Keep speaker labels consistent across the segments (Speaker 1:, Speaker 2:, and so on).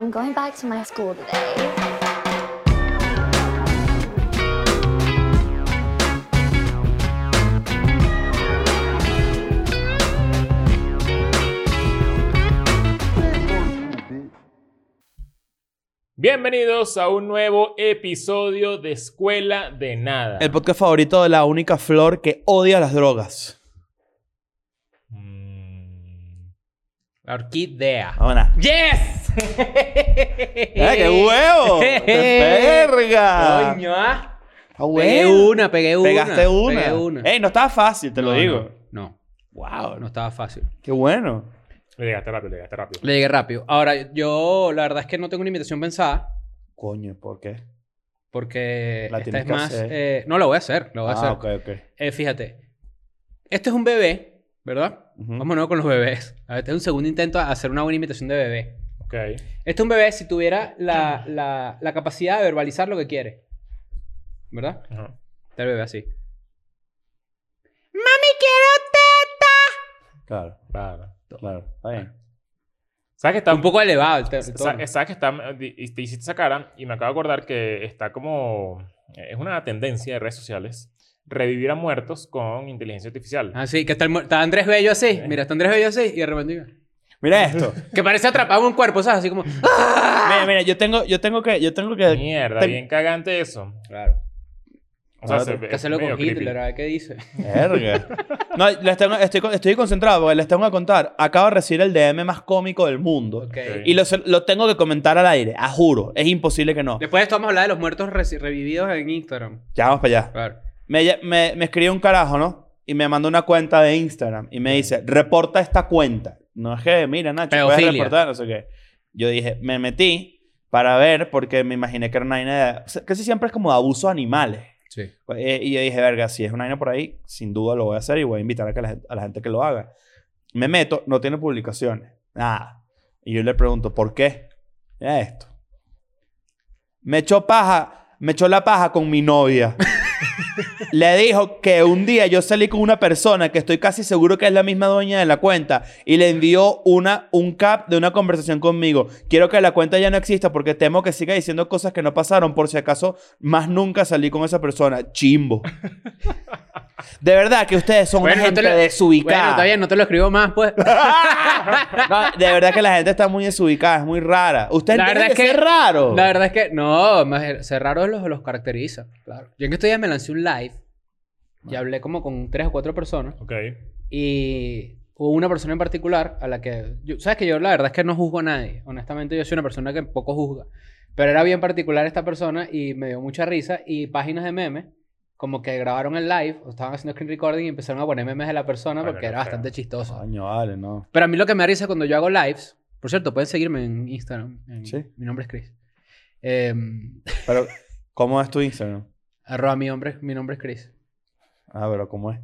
Speaker 1: I'm going back to my school today.
Speaker 2: Bienvenidos a un nuevo episodio de Escuela de Nada.
Speaker 3: El podcast favorito de la única flor que odia las drogas.
Speaker 2: Mm. La orquídea.
Speaker 3: Ahora.
Speaker 2: ¡Yes!
Speaker 3: Ah. ¡Eh, qué huevo!
Speaker 4: eh,
Speaker 3: ¡Qué verga!
Speaker 2: ¡Coño, ah!
Speaker 3: ¡Ah,
Speaker 4: Pegué
Speaker 3: huevo!
Speaker 4: una, pegué una.
Speaker 3: Pegaste una.
Speaker 4: Pegué una.
Speaker 3: ¡Ey, no estaba fácil, te lo
Speaker 4: No,
Speaker 3: digo! Ah,
Speaker 4: No,
Speaker 3: ¡Wow!
Speaker 4: no, no estaba fácil.
Speaker 3: ¡Qué bueno!
Speaker 2: Le llegaste rápido, le llegaste rápido.
Speaker 4: Le llegué rápido. Ahora, yo la verdad es que no tengo una invitación pensada.
Speaker 3: Coño, ¿por qué?
Speaker 4: Porque
Speaker 3: La
Speaker 4: esta
Speaker 3: tienes
Speaker 4: es
Speaker 3: que
Speaker 4: más.
Speaker 3: hacer.
Speaker 4: eh, no, la voy a hacer. La voy a hacer.
Speaker 3: Ah, ok, ok.
Speaker 4: Eh, fíjate. Este es un bebé, ¿verdad?
Speaker 3: Ujú.
Speaker 4: Vámonos con los bebés. A ver, este es un segundo intento a hacer una buena imitación de bebé.
Speaker 2: Ok.
Speaker 4: Este es un bebé si tuviera la, la- la capacidad de verbalizar lo que quiere. ¿Verdad?
Speaker 2: Ajá.
Speaker 4: Está el bebé así.
Speaker 3: Claro,
Speaker 2: Claro.
Speaker 3: claro. Está bien.
Speaker 2: ¿Sabes que está
Speaker 4: Un poco elevado el te- el
Speaker 2: Sa-
Speaker 4: tono.
Speaker 2: Sabes que está, di- y te hiciste esa cara y me acabo de acordar que está como... Es una tendencia de redes sociales revivir a muertos con inteligencia artificial.
Speaker 4: Ah, sí, que está, el mu- está Andrés Bello así. Mira, está Andrés Bello así y de repente... mira.
Speaker 3: Mira esto.
Speaker 4: Que parece atrapado en un cuerpo, ¿sabes? Así como... ¡ah!
Speaker 3: mira, mira, yo tengo, yo tengo que, yo tengo que.
Speaker 2: Mierda,
Speaker 3: Ten-
Speaker 2: bien cagante eso.
Speaker 4: Claro.
Speaker 2: O sea,
Speaker 3: Claro,
Speaker 2: se
Speaker 3: hay que
Speaker 2: ve-
Speaker 4: "Ah". Que hacerlo
Speaker 2: es medio
Speaker 4: con
Speaker 2: creepy.
Speaker 4: Hitler, ah. a ver qué dice.
Speaker 3: Verga. No, les tengo, estoy, con- estoy concentrado porque les tengo que contar. Acabo de recibir el DM más cómico del mundo.
Speaker 4: Ok.
Speaker 2: Sí.
Speaker 3: Y lo, se- lo tengo que comentar al aire, a juro. Es imposible que no.
Speaker 4: Después de esto vamos a hablar de los muertos reci- revividos en Instagram.
Speaker 3: Ya vamos para allá.
Speaker 4: Claro.
Speaker 3: Me, ll- me, me escribe un carajo, ¿no? Y me mandó una cuenta de Instagram y me dice, reporta esta cuenta. No es que, mira, Nacho, puedes
Speaker 4: Pedofilia.
Speaker 3: reportar, no sé qué. Yo dije, me metí para ver porque me imaginé que era una vaina de- o sea, Casi siempre es como de abuso a animales.
Speaker 4: Sí.
Speaker 3: Eh, Y yo dije, verga, si es una vaina por ahí, sin duda lo voy a hacer y voy a invitar a, que la, gen- a la gente que lo haga. Me meto, no tiene publicaciones, nada. Y yo le pregunto, ¿por qué? Mira esto. Me echó paja, me echó la paja con mi novia. le dijo que un día yo salí con una persona que estoy casi seguro que es la misma dueña de la cuenta y le envió una, un cap de una conversación conmigo. Quiero que la cuenta ya no exista porque temo que siga diciendo cosas que no pasaron por si acaso más nunca salí con esa persona. Chimbo. de verdad que ustedes son una
Speaker 4: no
Speaker 3: gente
Speaker 4: te lo- Bueno,
Speaker 3: desubicada.
Speaker 4: está bien, no te lo escribo más, pues.
Speaker 3: No, de verdad que la gente está muy desubicada, es muy rara. Ustedes
Speaker 4: La
Speaker 3: tienen
Speaker 4: verdad
Speaker 3: que
Speaker 4: es
Speaker 3: ser
Speaker 4: que-
Speaker 3: raro.
Speaker 4: La verdad es que... No, más ser raros los, los caracteriza. Claro. Yo en estos días me lancé un live y hablé como con tres o cuatro personas
Speaker 2: Ok.
Speaker 4: y... Hubo una persona en particular a la que... yo- Sabes que yo la verdad es que no juzgo a nadie. Honestamente, yo soy una persona que poco juzga. Pero era bien particular esta persona y me dio mucha risa. Y páginas de memes, como que grabaron el live, o estaban haciendo screen recording y empezaron a poner memes de la persona
Speaker 2: Ah,
Speaker 4: porque
Speaker 2: claro,
Speaker 4: era
Speaker 2: claro.
Speaker 4: bastante chistoso.
Speaker 3: Coño, vale, no.
Speaker 4: Pero a mí lo que me da risa cuando yo hago lives, por cierto, pueden seguirme en Instagram. en-
Speaker 3: Sí.
Speaker 4: Mi nombre es Chris. Em,
Speaker 3: Pero, ¿cómo es tu Instagram?
Speaker 4: arroba mi nombre, mi nombre es Chris.
Speaker 3: Ah, pero ¿cómo es?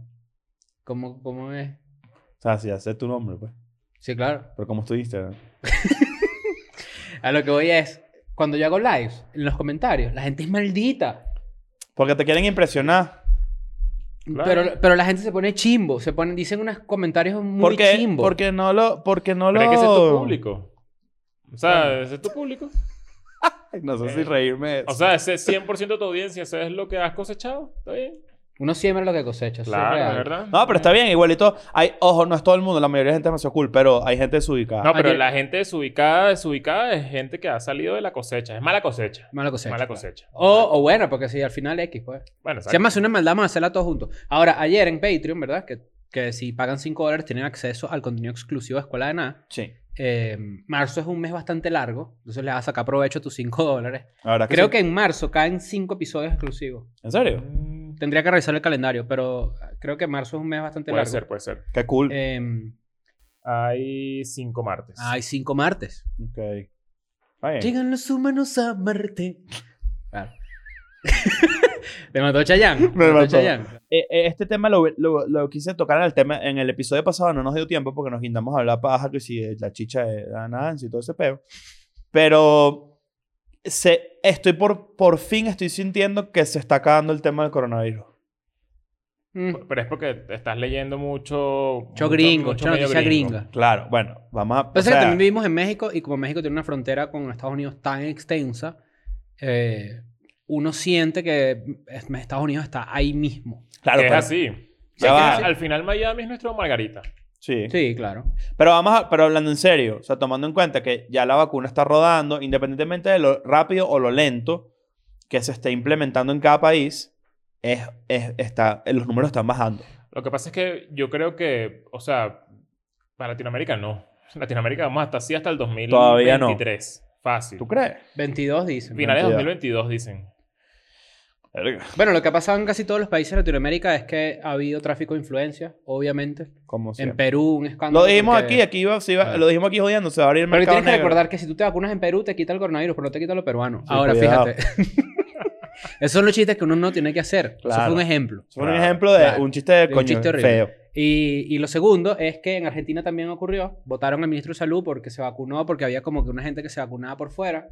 Speaker 4: ¿Cómo, cómo es?
Speaker 3: O sea, si hace tu nombre, pues.
Speaker 4: Sí, claro.
Speaker 3: Pero ¿cómo es tu Instagram?
Speaker 4: A lo que voy es, cuando yo hago lives, en los comentarios, la gente es maldita.
Speaker 3: Porque te quieren impresionar.
Speaker 2: Claro.
Speaker 4: Pero, pero la gente se pone chimbo, se ponen, dicen unos comentarios muy
Speaker 3: ¿Por qué?
Speaker 4: chimbo.
Speaker 3: Porque no lo... Porque no
Speaker 2: Pero
Speaker 3: lo...
Speaker 2: es que ese es tu público. O sea, ese es tu público.
Speaker 3: Ay, No sé si reírme de eso.
Speaker 2: Eh, O sea, ese es 100% de tu audiencia, eso es lo que has cosechado. ¿Está bien?
Speaker 4: Uno siembra lo que cosecha. eso es
Speaker 2: Claro,
Speaker 4: real.
Speaker 2: es ¿verdad?
Speaker 3: no, pero está bien. Igualito... Hay... Ojo, no es todo el mundo. La mayoría de gente es demasiado cool. Pero hay gente desubicada.
Speaker 2: No, pero
Speaker 4: Ayer-
Speaker 2: la gente desubicada, desubicada es gente que ha salido de la cosecha. Es mala cosecha.
Speaker 4: Mala cosecha.
Speaker 2: mala
Speaker 4: claro.
Speaker 2: cosecha.
Speaker 4: O, o bueno, porque sí, al final X, pues.
Speaker 2: Bueno,
Speaker 4: Si además una maldad, vamos a hacerla todos juntos. Ahora, ayer en Patreon, ¿verdad? Que, que si pagan 5 dólares tienen acceso al contenido exclusivo de Escuela de Nada.
Speaker 3: Sí.
Speaker 4: Eh, marzo es un mes bastante largo, entonces le vas a sacar provecho a tus 5 dólares.
Speaker 3: La verdad
Speaker 4: Creo
Speaker 3: sí.
Speaker 4: que Eh, en marzo caen 5 episodios exclusivos.
Speaker 3: ¿En serio?
Speaker 2: Mm,
Speaker 4: Tendría que revisar el calendario, pero ah, creo que marzo es un mes bastante
Speaker 2: Puede
Speaker 4: largo.
Speaker 2: ser, puede ser.
Speaker 3: Qué cool.
Speaker 4: Eh,
Speaker 2: Hay cinco martes.
Speaker 4: hay 5 martes.
Speaker 3: Ok. Está bien.
Speaker 4: Llegan los humanos a Marte. Claro. Le mató Chayanne.
Speaker 3: Me
Speaker 4: Le mató
Speaker 3: mató.
Speaker 4: Chayanne.
Speaker 3: Eh, eh, este tema lo, lo- lo quise tocar en el tema en el episodio pasado no nos dio tiempo porque nos guindamos a hablar paja que si de la chicha de la Nancy y todo ese peo pero se, estoy por por fin estoy sintiendo que se está acabando el tema del coronavirus
Speaker 4: Mm.
Speaker 2: Pero es porque estás leyendo mucho.
Speaker 4: Mucho gringo,
Speaker 2: mucho
Speaker 4: mucha
Speaker 2: medio
Speaker 4: noticia
Speaker 2: gringo.
Speaker 4: gringa.
Speaker 3: Claro, bueno, vamos a...
Speaker 4: Pasa
Speaker 3: o sea,
Speaker 4: Pues que también vivimos en México y como México tiene una frontera con Estados Unidos tan extensa, eh, uno siente que es- Estados Unidos está ahí mismo.
Speaker 3: claro,
Speaker 2: que es
Speaker 3: pero-
Speaker 4: pues.
Speaker 2: así.
Speaker 3: Ya
Speaker 2: Es que
Speaker 3: va.
Speaker 2: Al final Miami es nuestro Margarita.
Speaker 3: Sí.
Speaker 4: Sí, claro.
Speaker 3: Pero vamos a- pero hablando en serio, o sea, tomando en cuenta que ya la vacuna está rodando, independientemente de lo rápido o lo lento que se esté implementando en cada país, es, es- está, los números están bajando.
Speaker 2: Lo que pasa es que yo creo que, o sea, para Latinoamérica no. Latinoamérica vamos hasta así hasta el 2023.
Speaker 3: Todavía no.
Speaker 2: Fácil.
Speaker 3: ¿Tú crees?
Speaker 4: 22 dicen.
Speaker 2: Finales de
Speaker 3: Ya.
Speaker 2: 2022 dicen.
Speaker 3: Verga,
Speaker 4: Bueno, lo que ha pasado en casi todos los países de Latinoamérica es que ha habido tráfico de influencias, obviamente.
Speaker 3: Como
Speaker 4: En
Speaker 3: siempre.
Speaker 4: Perú, un escándalo.
Speaker 3: Lo dijimos
Speaker 4: porque-
Speaker 3: aquí, aquí iba, se iba-
Speaker 4: Claro.
Speaker 3: lo dijimos aquí jodiendo, se va a abrir el
Speaker 4: Pero
Speaker 3: mercado
Speaker 4: tienes que
Speaker 3: negro.
Speaker 4: recordar que si tú te vacunas en Perú, te quita el coronavirus, pero no te quita lo peruano.
Speaker 3: Sí,
Speaker 4: Ahora,
Speaker 3: cuidado.
Speaker 4: fíjate. Esos son los chistes que uno no tiene que hacer. Eso
Speaker 3: Claro.
Speaker 4: fue un ejemplo.
Speaker 3: Eso fue un
Speaker 2: Claro,
Speaker 3: ejemplo de
Speaker 4: claro.
Speaker 3: un chiste de
Speaker 4: un
Speaker 3: coño
Speaker 4: chiste horrible.
Speaker 3: feo.
Speaker 4: Y, y lo segundo es que en Argentina también ocurrió. Votaron al ministro de Salud porque se vacunó, porque había como que una gente que se vacunaba por fuera.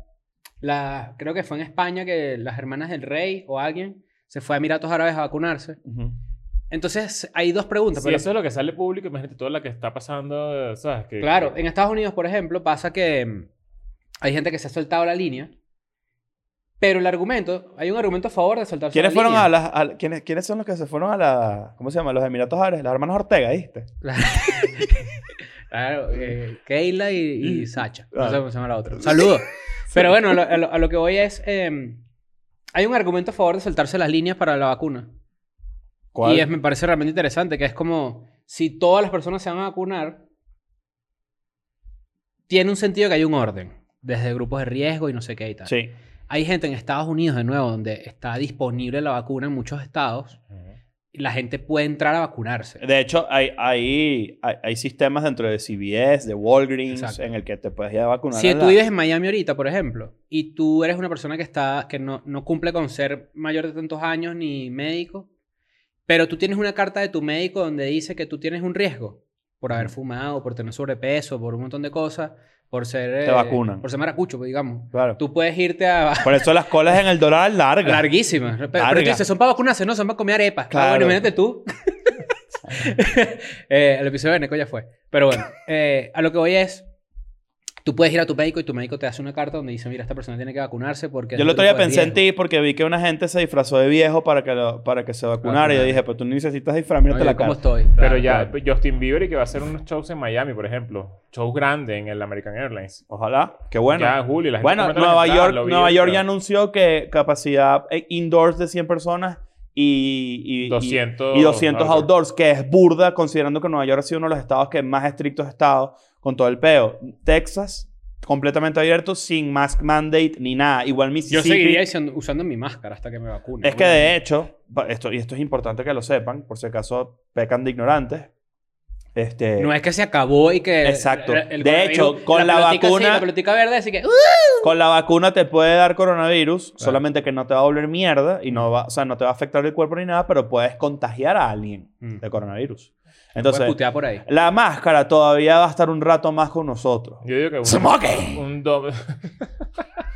Speaker 4: La, creo que fue en España que las hermanas del rey o alguien se fue a Emiratos Árabes a vacunarse.
Speaker 3: Ujú.
Speaker 4: Entonces, hay dos preguntas.
Speaker 2: Si
Speaker 4: pero-
Speaker 2: eso es lo que sale público, imagínate toda la que está pasando, ¿sabes? Que,
Speaker 4: Claro, en Estados Unidos, por ejemplo, pasa que mm, hay gente que se ha soltado la línea, pero el argumento, hay un argumento a favor de soltarse
Speaker 3: ¿Quiénes
Speaker 4: la
Speaker 3: fueron
Speaker 4: línea.
Speaker 3: a las... a- ¿quiénes, ¿Quiénes son los que se fueron a la... ¿Cómo se llama? Los Emiratos Árabes. Las hermanas Ortega, ¿viste?
Speaker 4: Claro, eh, Keila y, y Sacha. No
Speaker 3: Ah.
Speaker 4: sé cómo se llama la otra. Saludos. Pero bueno, a lo, a lo- a lo que voy es. eh, hay un argumento a favor de soltarse las líneas para la vacuna.
Speaker 3: ¿Cuál?
Speaker 4: Y es- me parece realmente interesante, que es como si todas las personas se van a vacunar, tiene un sentido que hay un orden, desde grupos de riesgo y no sé qué y tal.
Speaker 3: Sí.
Speaker 4: Hay gente en Estados Unidos, de nuevo, donde está disponible la vacuna en muchos estados,
Speaker 2: Ujú.
Speaker 4: y la gente puede entrar a vacunarse.
Speaker 3: De hecho, hay, hay, hay, hay sistemas dentro de CVS, de Walgreens,
Speaker 4: Exacto.
Speaker 3: en el que te puedes ir a vacunar.
Speaker 4: Si
Speaker 3: a
Speaker 4: tú
Speaker 3: la-
Speaker 4: vives en Miami ahorita, por ejemplo, y tú eres una persona que está que no, no cumple con ser mayor de tantos años ni médico, pero tú tienes una carta de tu médico donde dice que tú tienes un riesgo por haber fumado, por tener sobrepeso, por un montón de cosas, por ser eh,
Speaker 3: Te vacunan.
Speaker 4: por ser maracucho, pues, digamos.
Speaker 3: Claro.
Speaker 4: Tú puedes irte a
Speaker 3: Por eso las colas en el dólar largas.
Speaker 4: larguísimas, pero, pero tú
Speaker 3: Larga.
Speaker 4: dices, son para vacunarse, no, son para comer arepas. Ah,
Speaker 3: Claro.
Speaker 4: bueno, imagínate tú. Eh, el episodio de Neco ya fue. Pero bueno, eh, a lo que voy es. Tú puedes ir a tu médico y tu médico te hace una carta donde dice, mira, esta persona tiene que pues, vacunarse porque...
Speaker 3: Yo el
Speaker 4: lo
Speaker 3: otro día pensé en ti porque vi que una gente se disfrazó de viejo para que, lo- para que se vacunara. Y yo
Speaker 4: Vacunara.
Speaker 3: dije, pues tú necesitas disfrazar, mírate la
Speaker 4: ¿Cómo
Speaker 3: cara.
Speaker 4: estoy?
Speaker 2: Pero ya,
Speaker 3: claro.
Speaker 2: Justin Bieber y que va a hacer unos shows en Miami, por ejemplo. Shows grandes en el American Airlines.
Speaker 3: Ojalá. Qué bueno.
Speaker 2: ya, en Julio, la gente
Speaker 3: bueno,
Speaker 2: compra las
Speaker 3: Nueva
Speaker 2: entradas,
Speaker 3: York,
Speaker 2: lo vi,
Speaker 3: Nueva York
Speaker 2: pero
Speaker 3: ya anunció que capacidad eh, indoors de 100 personas y... y- y-
Speaker 2: 200
Speaker 3: y 200
Speaker 2: outdoor.
Speaker 3: outdoors, que es burda, considerando que Nueva York ha sido uno de los estados que más estrictos ha estado con todo el peo. Texas, completamente abierto, sin mask mandate ni nada. Igual
Speaker 4: Yo
Speaker 3: Mississippi.
Speaker 4: seguiría usando, usando mi máscara hasta que me vacune.
Speaker 3: Es que de hecho, pa- esto, y esto es importante que lo sepan, por si acaso pecan de ignorantes. Este,
Speaker 4: No es que se acabó y que...
Speaker 3: Exacto. De
Speaker 4: coronavirus-
Speaker 3: hecho, con la
Speaker 4: pelotica así,
Speaker 3: vacuna-
Speaker 4: la pelotica verde, así que... ¡uh!
Speaker 3: Con la vacuna te puede dar coronavirus, solamente que no te va a volver mierda y no va, o sea, no te va a afectar el cuerpo ni nada, pero puedes contagiar a alguien
Speaker 4: Mm.
Speaker 3: de coronavirus.
Speaker 4: Puedes
Speaker 3: Entonces,
Speaker 4: putear por ahí.
Speaker 3: la máscara todavía va a estar un rato más con nosotros.
Speaker 2: Yo digo que un,
Speaker 3: ¡Smoking!
Speaker 2: un doble.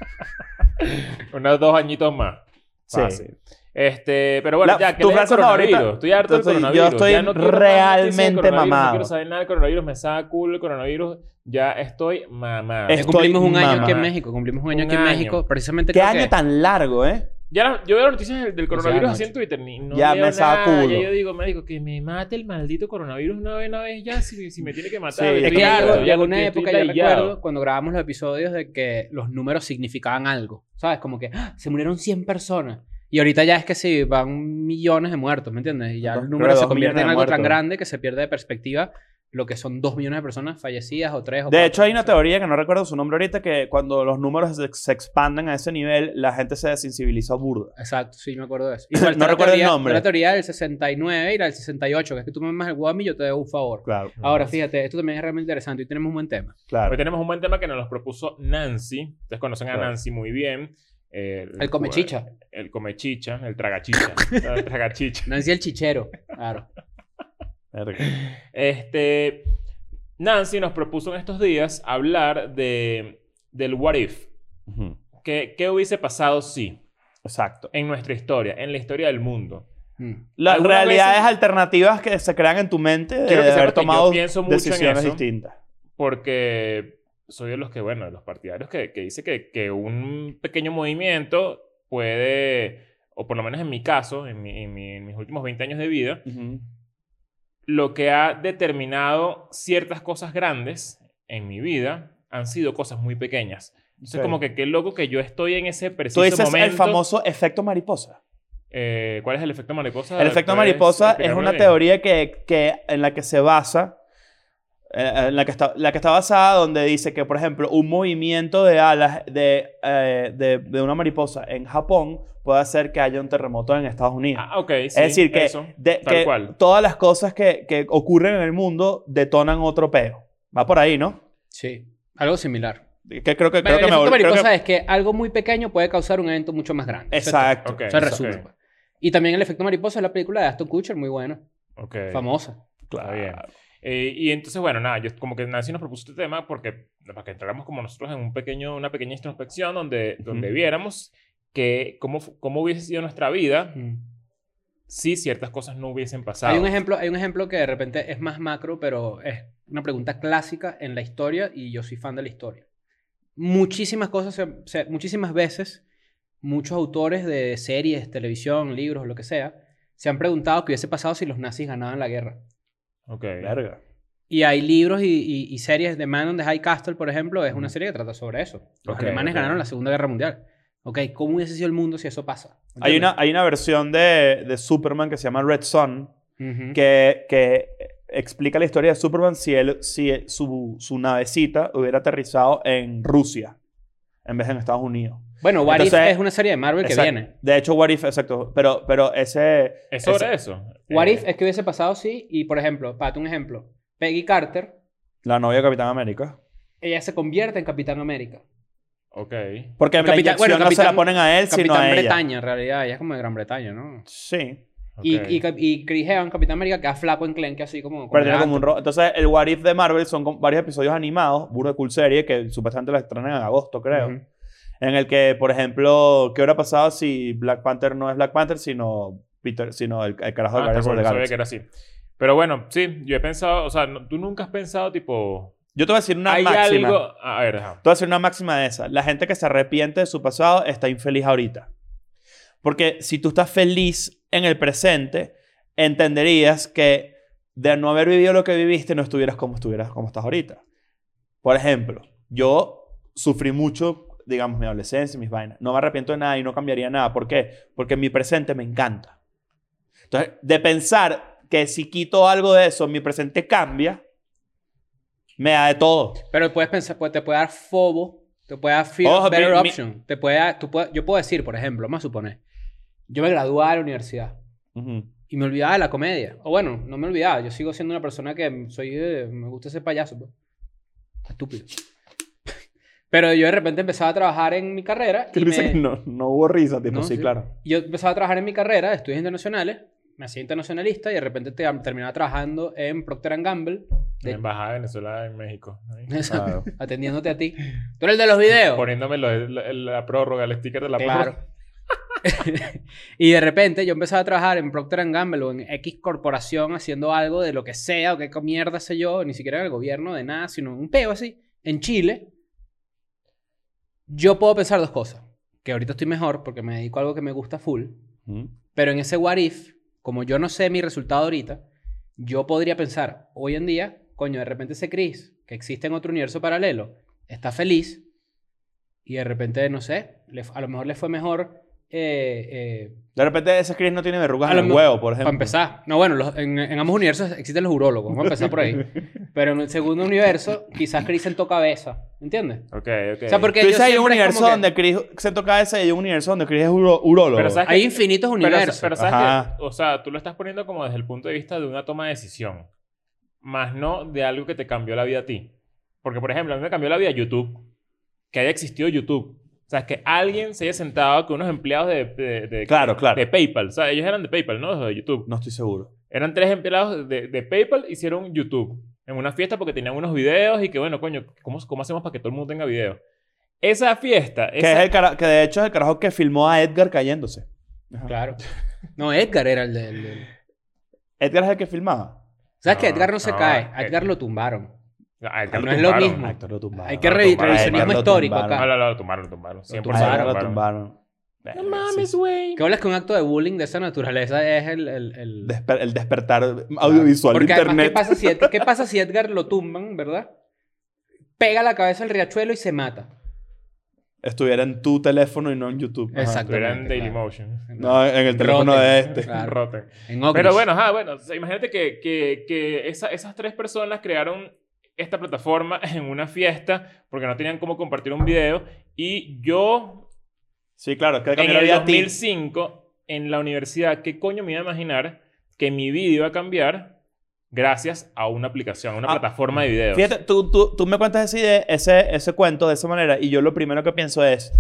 Speaker 2: Unos dos añitos más.
Speaker 3: Sí.
Speaker 4: Ah,
Speaker 2: Fácil. Este, pero bueno,
Speaker 3: La-
Speaker 2: ya que
Speaker 3: tu
Speaker 2: le den
Speaker 3: frase
Speaker 2: coronavirus.
Speaker 3: favorita.
Speaker 2: Estoy harto del
Speaker 3: Entonces, yo
Speaker 2: coronavirus.
Speaker 3: estoy
Speaker 2: ya no quiero más noticias del
Speaker 3: realmente
Speaker 2: coronavirus, No
Speaker 3: mamado.
Speaker 2: quiero saber nada del coronavirus. Me saca cool el coronavirus. Ya estoy mamado.
Speaker 3: Es- Estoy
Speaker 4: Cumplimos un año aquí en
Speaker 3: mamá.
Speaker 4: México. Cumplimos un año
Speaker 2: Un
Speaker 4: aquí en
Speaker 2: año.
Speaker 4: México. Precisamente
Speaker 3: Qué
Speaker 4: creo
Speaker 3: año
Speaker 4: que-
Speaker 3: tan largo, ¿eh?
Speaker 2: Ya la- yo veo noticias del, del coronavirus
Speaker 4: anoche.
Speaker 2: así en Twitter. ni- no
Speaker 3: Ya me
Speaker 2: leo nada,
Speaker 3: saca culo.
Speaker 2: Ya yo digo, médico, que me mate el maldito coronavirus una vez, una vez ya. Si, si me tiene que matar.
Speaker 3: Sí,
Speaker 2: estoy
Speaker 3: es
Speaker 4: Es que
Speaker 2: harto,
Speaker 4: llegó,
Speaker 2: ya
Speaker 4: llegó una
Speaker 2: estoy-
Speaker 4: época, yo
Speaker 2: estoy ladillado.
Speaker 4: recuerdo, cuando grabamos los episodios de que los números significaban algo. ¿Sabes? Como que ¡ah! se murieron 100 personas. Y ahorita ya es que sí, van millones de muertos, ¿me entiendes? Y ya
Speaker 3: Dos-
Speaker 4: los
Speaker 3: creo
Speaker 4: números se
Speaker 3: dos
Speaker 4: convierten en
Speaker 3: millones de
Speaker 4: algo tan
Speaker 3: muertos.
Speaker 4: grande que se pierde de perspectiva lo que son 2 millones de personas fallecidas o 3 o
Speaker 3: De
Speaker 4: cuatro,
Speaker 3: hecho, hay
Speaker 4: no
Speaker 3: una
Speaker 4: sé.
Speaker 3: teoría que no recuerdo su nombre ahorita, que cuando los números se, se expandan a ese nivel, la gente se desensibiliza burda.
Speaker 4: Exacto, sí, me acuerdo de eso.
Speaker 3: No
Speaker 4: está la
Speaker 3: recuerdo el
Speaker 4: teoría-
Speaker 3: nombre.
Speaker 4: está La teoría del 69 y la del 68, que es que tú me más el guami y yo te debo un favor.
Speaker 3: Claro,
Speaker 4: Ahora, fíjate, esto también es realmente interesante y tenemos un buen tema.
Speaker 2: Hoy
Speaker 3: claro.
Speaker 2: tenemos un buen tema que nos los propuso Nancy. Ustedes conocen a
Speaker 3: Claro.
Speaker 2: Nancy muy bien. El,
Speaker 4: El comechicha.
Speaker 2: El comechicha, el tragachicha. el tragachicha.
Speaker 4: Nancy el chichero. Claro.
Speaker 3: Verga.
Speaker 2: Este, Nancy nos propuso en estos días hablar de, del what if.
Speaker 3: Ujú.
Speaker 2: ¿Qué, ¿Qué hubiese pasado si
Speaker 3: Exacto.
Speaker 2: en nuestra historia, en la historia del mundo?
Speaker 4: Mm.
Speaker 3: Las
Speaker 2: Algunas
Speaker 3: realidades
Speaker 2: veces-
Speaker 3: alternativas que se crean en tu mente de
Speaker 2: Quiero que
Speaker 3: haber
Speaker 2: sepas que yo
Speaker 3: tomado
Speaker 2: pienso mucho en
Speaker 3: decisiones
Speaker 2: eso.
Speaker 3: distintas.
Speaker 2: porque soy de los que, bueno, de los partidarios que, que dice que, que un pequeño movimiento puede, o por lo menos en mi caso, en, mi- en mi- en mis últimos 20 años de vida, lo que ha determinado ciertas cosas grandes en mi vida han sido cosas muy pequeñas. Entonces,
Speaker 3: Ok.
Speaker 2: como que qué loco que yo estoy en ese preciso
Speaker 3: Tú dices
Speaker 2: momento.
Speaker 3: el famoso efecto mariposa.
Speaker 2: Eh, ¿Cuál es el efecto mariposa?
Speaker 3: El efecto
Speaker 2: ¿Puedes
Speaker 3: mariposa es
Speaker 2: explicármelo
Speaker 3: una
Speaker 2: bien?
Speaker 3: teoría que, que- en la que se basa, eh, en la que, está, la que está basada donde dice que, por ejemplo, un movimiento de alas de, eh, de, de una mariposa en Japón puede hacer que haya un terremoto en Estados Unidos.
Speaker 2: Ah, ok. sí,
Speaker 3: es decir, que,
Speaker 2: eso,
Speaker 3: de-
Speaker 2: tal
Speaker 3: que
Speaker 2: cual.
Speaker 3: todas las cosas que, que ocurren en el mundo detonan otro peo. Va por ahí, ¿no?
Speaker 4: Sí. Algo similar.
Speaker 3: Que creo que, creo
Speaker 4: Pero
Speaker 3: que
Speaker 4: el efecto
Speaker 3: me vol- creo que-
Speaker 4: mariposa es que algo muy pequeño puede causar un evento mucho más grande. Eso es todo.
Speaker 3: Exacto.
Speaker 2: Ok,
Speaker 4: Eso es resumen,
Speaker 2: ok,
Speaker 4: pues. Y también el efecto mariposa es la película de Aston Kutcher, muy buena,
Speaker 2: ok.
Speaker 4: famosa.
Speaker 2: Está bien. Eh, y entonces, bueno, nada, yo como que Nancy nos propuso este tema porque para que entráramos como nosotros en un pequeño, una pequeña introspección donde, donde
Speaker 3: Ujú.
Speaker 2: viéramos que cómo, fu- cómo hubiese sido nuestra vida
Speaker 4: Mm.
Speaker 2: si ciertas cosas no hubiesen pasado.
Speaker 4: Hay un, ejemplo, hay un ejemplo que de repente es más macro, pero es una pregunta clásica en la historia y yo soy fan de la historia. Muchísimas cosas, se- se- muchísimas veces, muchos autores de series, televisión, libros, lo que sea, se han preguntado qué hubiese pasado si los nazis ganaban la guerra.
Speaker 2: Ok.
Speaker 3: Verga.
Speaker 4: Y hay libros y, y- y series de Man on the High Castle, por ejemplo, es una serie que trata sobre eso. Los
Speaker 2: Ok,
Speaker 4: alemanes
Speaker 2: ok.
Speaker 4: ganaron la Segunda Guerra Mundial. Ok, ¿cómo hubiese sido el mundo si eso pasa?
Speaker 3: Hay
Speaker 4: ¿Entiendes?
Speaker 3: una, hay una versión de, de Superman que se llama Red Sun,
Speaker 4: Ujú.
Speaker 3: que, que explica la historia de Superman si, él, si él- su, su navecita hubiera aterrizado en Rusia en vez de en Estados Unidos.
Speaker 4: Bueno, What If
Speaker 3: Entonces-
Speaker 4: es una serie de Marvel que
Speaker 3: Exacto.
Speaker 4: viene.
Speaker 3: De hecho, What If, exacto. Pero, pero ese...
Speaker 2: Es sobre eso.
Speaker 4: What
Speaker 2: Eh,
Speaker 4: If es que hubiese pasado sí, y por ejemplo, para un ejemplo, Peggy Carter,
Speaker 3: La novia de Capitán América.
Speaker 4: ella se convierte en Capitán América.
Speaker 2: Ok.
Speaker 3: Porque la
Speaker 4: Capitán-
Speaker 3: inyección
Speaker 4: bueno,
Speaker 3: no se la
Speaker 4: Capitán-
Speaker 3: ponen a él, sino
Speaker 4: Capitán
Speaker 3: a ella.
Speaker 4: Bretaña, en realidad, ella es como de Gran Bretaña, ¿no?
Speaker 3: Sí.
Speaker 4: Y-
Speaker 2: ok.
Speaker 4: Y, Cap- y, Chris Evans, Capitán América, queda flaco en Clank, así como... como
Speaker 3: Pero tiene
Speaker 4: elegante.
Speaker 3: como un ro- Entonces, el What If de Marvel son con- varios episodios animados, burro de cool serie, que supuestamente la estrenan en agosto, creo.
Speaker 4: Ujú.
Speaker 3: En el que, por ejemplo, ¿qué hubiera pasado si Black Panther no es Black Panther, sino Peter, sino el, el carajo de
Speaker 2: Ah,
Speaker 3: Guardians
Speaker 2: te
Speaker 3: of the
Speaker 2: acuerdas, sabía
Speaker 3: Galaxy?
Speaker 2: que era así. Pero bueno, sí, yo he pensado, o sea, no- tú nunca has pensado tipo...
Speaker 3: Yo te voy a decir una
Speaker 2: hay
Speaker 3: máxima.
Speaker 2: algo... A ver, ajá.
Speaker 3: Te voy a decir una máxima de esa. La gente que se arrepiente de su pasado está infeliz ahorita. Porque si tú estás feliz en el presente, entenderías que de no haber vivido lo que viviste, no estuvieras como estuvieras como estás ahorita. Por ejemplo, yo sufrí mucho, digamos, mi adolescencia, mis vainas. No me arrepiento de nada y no cambiaría nada. ¿Por qué? Porque mi presente me encanta. Entonces, de pensar que si quito algo de eso, mi presente cambia, me da de todo.
Speaker 4: Pero puedes pensar, pues, te puede dar fobo, te puede dar fear
Speaker 3: Ojo,
Speaker 4: of better
Speaker 3: mi- mi-
Speaker 4: option. Te puede dar- tú puedes- yo puedo decir, por ejemplo, más suponer, yo me graduaba de la universidad
Speaker 3: Ujú.
Speaker 4: y me olvidaba de la comedia. O bueno, no me olvidaba, yo sigo siendo una persona que soy, eh, me gusta ese payaso, pues. estúpido. Pero yo de repente empezaba a trabajar en mi carrera
Speaker 3: Que
Speaker 4: y
Speaker 3: le dicen
Speaker 4: me-
Speaker 3: que no, no hubo risa, tipo,
Speaker 4: No,
Speaker 3: sí,
Speaker 4: sí.
Speaker 3: claro.
Speaker 4: yo empezaba a trabajar en mi carrera de estudios internacionales, me hacía internacionalista y de repente te- terminaba trabajando en Procter Gamble,
Speaker 2: La
Speaker 4: de-
Speaker 2: Embajada de Venezuela en México. Ah, Ahí.
Speaker 3: Claro.
Speaker 4: atendiéndote a ti. Tú eres el de los videos.
Speaker 2: Poniéndome lo- la, la prórroga, el sticker de la
Speaker 4: Claro.
Speaker 2: prórroga.
Speaker 4: y de repente yo empezaba a trabajar en Procter Gamble o en X corporación haciendo algo de lo que sea o qué co- mierda sé yo, ni siquiera en el gobierno de nada, sino un peo así, en Chile. Yo puedo pensar dos cosas. Que ahorita estoy mejor porque me dedico a algo que me gusta full.
Speaker 3: Ujú.
Speaker 4: Pero en ese what if, como yo no sé mi resultado ahorita, yo podría pensar hoy en día, coño, de repente ese Chris, que existe en otro universo paralelo, está feliz y de repente, no sé, le- a lo mejor le fue mejor. eh, eh,
Speaker 3: De repente ese Chris no tiene verrugas
Speaker 4: A
Speaker 3: en
Speaker 4: lo
Speaker 3: el
Speaker 4: me-
Speaker 3: huevo, por ejemplo.
Speaker 4: para empezar, no, bueno, los- en, en ambos universos existen los urólogos, vamos a empezar por ahí. Pero en el segundo universo, quizás Chris sentó cabeza, ¿entiendes?
Speaker 2: Ok, ok.
Speaker 4: O sea, porque
Speaker 3: Tú dices,
Speaker 4: yo
Speaker 3: hay un
Speaker 4: siempre es
Speaker 3: universo
Speaker 4: como que-
Speaker 3: donde Chris se toca ese y hay un universo donde Chris es uro- urólogo.
Speaker 2: Pero, ¿sabes
Speaker 4: hay infinitos
Speaker 2: Pero,
Speaker 4: universos.
Speaker 2: pero sabes
Speaker 3: Ajá.
Speaker 2: que, o sea, tú lo estás poniendo como desde el punto de vista de una toma de decisión, más no de algo que te cambió la vida a ti. Porque, por ejemplo, a mí me cambió la vida YouTube, que haya existido YouTube. O sea, que alguien se haya sentado con unos empleados de, de, de-
Speaker 3: Claro, claro.
Speaker 2: de PayPal. O sea, ellos eran de PayPal, ¿no? De YouTube.
Speaker 3: No estoy seguro.
Speaker 2: Eran tres empleados de, de PayPal, hicieron YouTube en una fiesta porque tenían unos videos y que, bueno, coño, ¿cómo, cómo hacemos para que todo el mundo tenga videos? Esa fiesta,
Speaker 3: Que,
Speaker 2: esa-
Speaker 3: es el cara- que de hecho es el carajo que filmó a Edgar cayéndose.
Speaker 4: Claro. No, Edgar era el del... del-
Speaker 3: Edgar es el que filmaba.
Speaker 4: ¿Sabes que
Speaker 2: No,
Speaker 4: Edgar no se
Speaker 2: no,
Speaker 4: cae.
Speaker 2: Ed-
Speaker 4: Edgar lo tumbaron.
Speaker 2: Ah, el que
Speaker 4: No es lo
Speaker 2: tumbaron.
Speaker 4: mismo.
Speaker 3: Ah, Héctor lo tumbaron.
Speaker 4: Hay que
Speaker 2: lo
Speaker 4: re-
Speaker 2: tumbaron.
Speaker 4: revisionismo
Speaker 3: Lo
Speaker 4: histórico
Speaker 3: tumbaron.
Speaker 2: No,
Speaker 4: acá.
Speaker 2: no, lo tumbaron, lo tumbaron. 100%
Speaker 3: Ah,
Speaker 2: lo
Speaker 3: Edgar lo
Speaker 2: tumbaron.
Speaker 3: tumbaron.
Speaker 2: No
Speaker 3: Verga,
Speaker 2: mames,
Speaker 3: sí.
Speaker 2: güey.
Speaker 4: Que hablas que un acto de bullying de esa naturaleza es el... el, el-
Speaker 3: Desper- el despertar audiovisual de
Speaker 4: Porque además,
Speaker 3: internet.
Speaker 4: ¿qué, pasa si Ed- ¿qué pasa si Edgar lo tumban, verdad? Pega la cabeza al riachuelo y se mata.
Speaker 3: Estuviera en tu teléfono y no en YouTube. Ajá.
Speaker 4: Exacto.
Speaker 2: Pero era en
Speaker 4: Exactamente,
Speaker 2: Dailymotion.
Speaker 3: No, en el teléfono
Speaker 4: Rotten.
Speaker 3: de este.
Speaker 4: Claro.
Speaker 2: Rotten.
Speaker 4: En Ogris.
Speaker 2: Pero bueno, ajá, bueno, o sea, imagínate que, que, que esa- esas tres personas crearon esta plataforma en una fiesta porque no tenían cómo compartir un video y yo
Speaker 3: Sí, claro, es que
Speaker 2: en
Speaker 3: cambió la
Speaker 2: el
Speaker 3: vida a ti.
Speaker 2: 2005 en la universidad, ¿qué coño me iba a imaginar que mi video iba a cambiar gracias a una aplicación, a una
Speaker 3: Ah,
Speaker 2: plataforma de videos?
Speaker 3: Fíjate, tú, tú, tú me cuentas esa idea- ese, ese cuento de esa manera y yo lo primero que pienso es,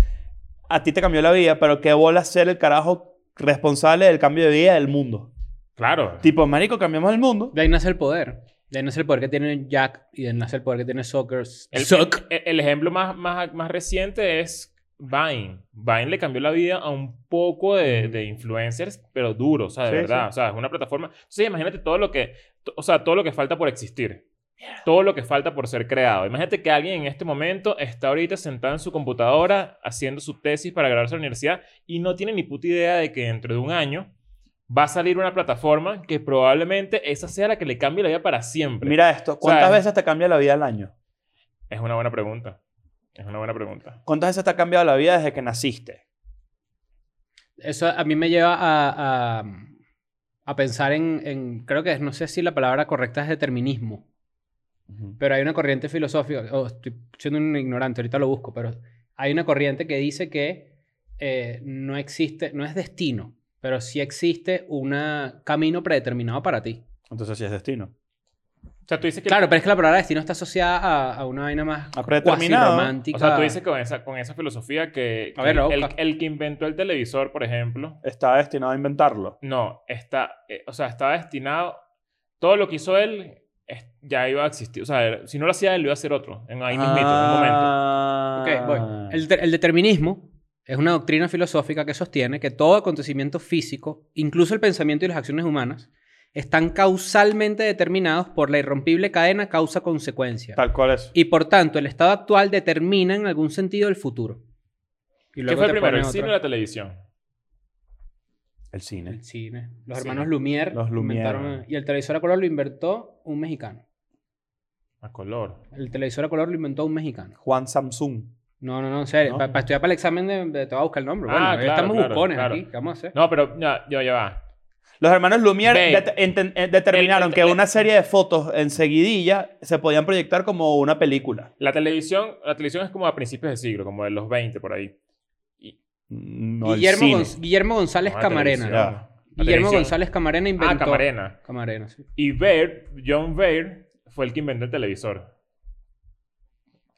Speaker 3: a ti te cambió la vida, pero qué bola ser el carajo responsable del cambio de vida del mundo.
Speaker 2: Claro.
Speaker 3: Tipo, marico, cambiamos el mundo.
Speaker 4: De ahí nace el poder. De ahí nace el poder que tiene Jack y de ahí nace el poder que tiene Soccer.
Speaker 2: El-
Speaker 4: Sock.
Speaker 2: E- El ejemplo más, más, más reciente es Vine. Vine le cambió la vida a un poco de, de influencers, pero duro, o sea, de
Speaker 3: Sí,
Speaker 2: verdad.
Speaker 3: sí.
Speaker 2: O sea, es una plataforma. Entonces, imagínate todo lo que, to- o sea, todo lo que falta por existir. Todo lo que falta por ser creado. Imagínate que alguien en este momento está ahorita sentado en su computadora haciendo su tesis para graduarse a la universidad y no tiene ni puta idea de que dentro de un año va a salir una plataforma que probablemente esa sea la que le cambie la vida para siempre.
Speaker 3: Mira esto, ¿cuántas
Speaker 2: ¿Sabes?
Speaker 3: veces te cambia la vida al año?
Speaker 2: Es una buena pregunta. Es una buena pregunta.
Speaker 3: ¿Cuántas veces te ha cambiado la vida desde que naciste?
Speaker 4: Eso a mí me lleva a, a, a pensar en, en- Creo que es- no sé si la palabra correcta es determinismo. Pero hay una corriente filosófica. oh, estoy siendo un ignorante, ahorita lo busco. Pero hay una corriente que dice que eh, no existe. No es destino. Pero sí existe un camino predeterminado para ti.
Speaker 3: Entonces sí es destino.
Speaker 2: O sea, tú dices que
Speaker 4: Claro, pero es que la palabra destino está asociada a, a una vaina más
Speaker 3: Ha
Speaker 4: cuasi
Speaker 3: predeterminado.
Speaker 4: romántica.
Speaker 2: O sea, tú dices que con esa, con esa filosofía que,
Speaker 4: A
Speaker 2: que
Speaker 4: ver, la
Speaker 2: el,
Speaker 4: boca.
Speaker 2: el que inventó el televisor, por ejemplo,
Speaker 3: Está destinado a inventarlo.
Speaker 2: no, está, eh, o sea, estaba destinado, todo lo que hizo él es- ya iba a existir. O sea, era- si no lo hacía él, lo iba a hacer otro, en, ahí mismito,
Speaker 4: Ah, Ok,
Speaker 2: Ah.
Speaker 3: Ah.
Speaker 4: voy. El, de- el determinismo es una doctrina filosófica que sostiene que todo acontecimiento físico, incluso el pensamiento y las acciones humanas, están causalmente determinados por la irrompible cadena causa-consecuencia.
Speaker 3: Tal cual es.
Speaker 4: Y por tanto, el estado actual determina en algún sentido el futuro. Y
Speaker 2: en un momento. ¿Qué
Speaker 4: luego
Speaker 2: fue
Speaker 4: te
Speaker 2: primero, el
Speaker 4: ponen
Speaker 2: cine o
Speaker 4: otra-
Speaker 2: la televisión?
Speaker 3: El cine.
Speaker 4: El cine. Los
Speaker 2: Sí.
Speaker 4: hermanos Lumière.
Speaker 3: Los Lumière.
Speaker 4: inventaron- Y el televisor a color lo inventó un mexicano.
Speaker 2: A color.
Speaker 4: El televisor a color lo inventó un mexicano.
Speaker 3: Juan Samsung.
Speaker 4: No, no, no, en serio.
Speaker 3: No.
Speaker 4: Para estudiar para el examen de, de- te voy a buscar el nombre.
Speaker 2: Ah,
Speaker 4: bueno,
Speaker 2: claro,
Speaker 4: estamos
Speaker 2: claro,
Speaker 4: bucones
Speaker 2: claro.
Speaker 4: aquí. ¿Qué vamos a hacer?
Speaker 2: No, pero ya, ya, ya va.
Speaker 3: Los hermanos Lumière
Speaker 2: Ve.
Speaker 3: det- enten- eh, determinaron
Speaker 2: El-
Speaker 3: que
Speaker 2: el-
Speaker 3: una serie de fotos en seguidilla se podían proyectar como una película.
Speaker 2: La televisión, la televisión es como a principios de siglo, como de los 20 por ahí.
Speaker 3: Mm, No, el
Speaker 4: Guillermo,
Speaker 3: cine.
Speaker 4: Gonz- Guillermo González
Speaker 2: No, la
Speaker 4: Camarena.
Speaker 2: Ah, televisión.
Speaker 3: Ya.
Speaker 2: La
Speaker 4: Guillermo
Speaker 2: televisión.
Speaker 4: González Camarena inventó.
Speaker 2: Ah, Camarena.
Speaker 4: Camarena, sí.
Speaker 2: Y Baird, John Baird, fue el que inventó el televisor.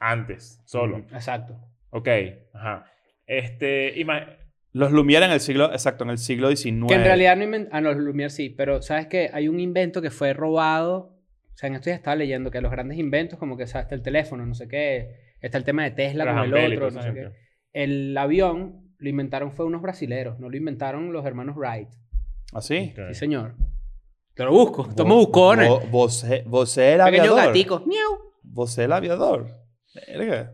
Speaker 2: Antes, solo.
Speaker 4: Exacto.
Speaker 2: Ok, ajá. Este, ima-
Speaker 3: Los Lumière en el siglo, exacto, en el siglo XIX.
Speaker 4: Que en realidad no inventó. Ah, no, los Lumière sí. Pero sabes que hay un invento que fue robado. O sea, en esto ya estaba leyendo que los grandes inventos, como que ¿sabes? está el teléfono, no sé qué. Está el tema de Tesla
Speaker 2: Graham
Speaker 4: con
Speaker 2: Bell
Speaker 4: el
Speaker 2: y
Speaker 4: otro,
Speaker 2: todo
Speaker 4: no
Speaker 2: ese
Speaker 4: sé
Speaker 2: gente.
Speaker 4: qué. El avión lo inventaron fue unos brasileros. No lo inventaron los hermanos Wright.
Speaker 3: Así.
Speaker 2: Ok.
Speaker 4: Sí, señor. Te lo busco. Estamos bucones.
Speaker 3: Vo- Vos, vos el
Speaker 4: Pequeño
Speaker 3: aviador.
Speaker 4: gatico. Miau.
Speaker 3: Vos el aviador. Verga.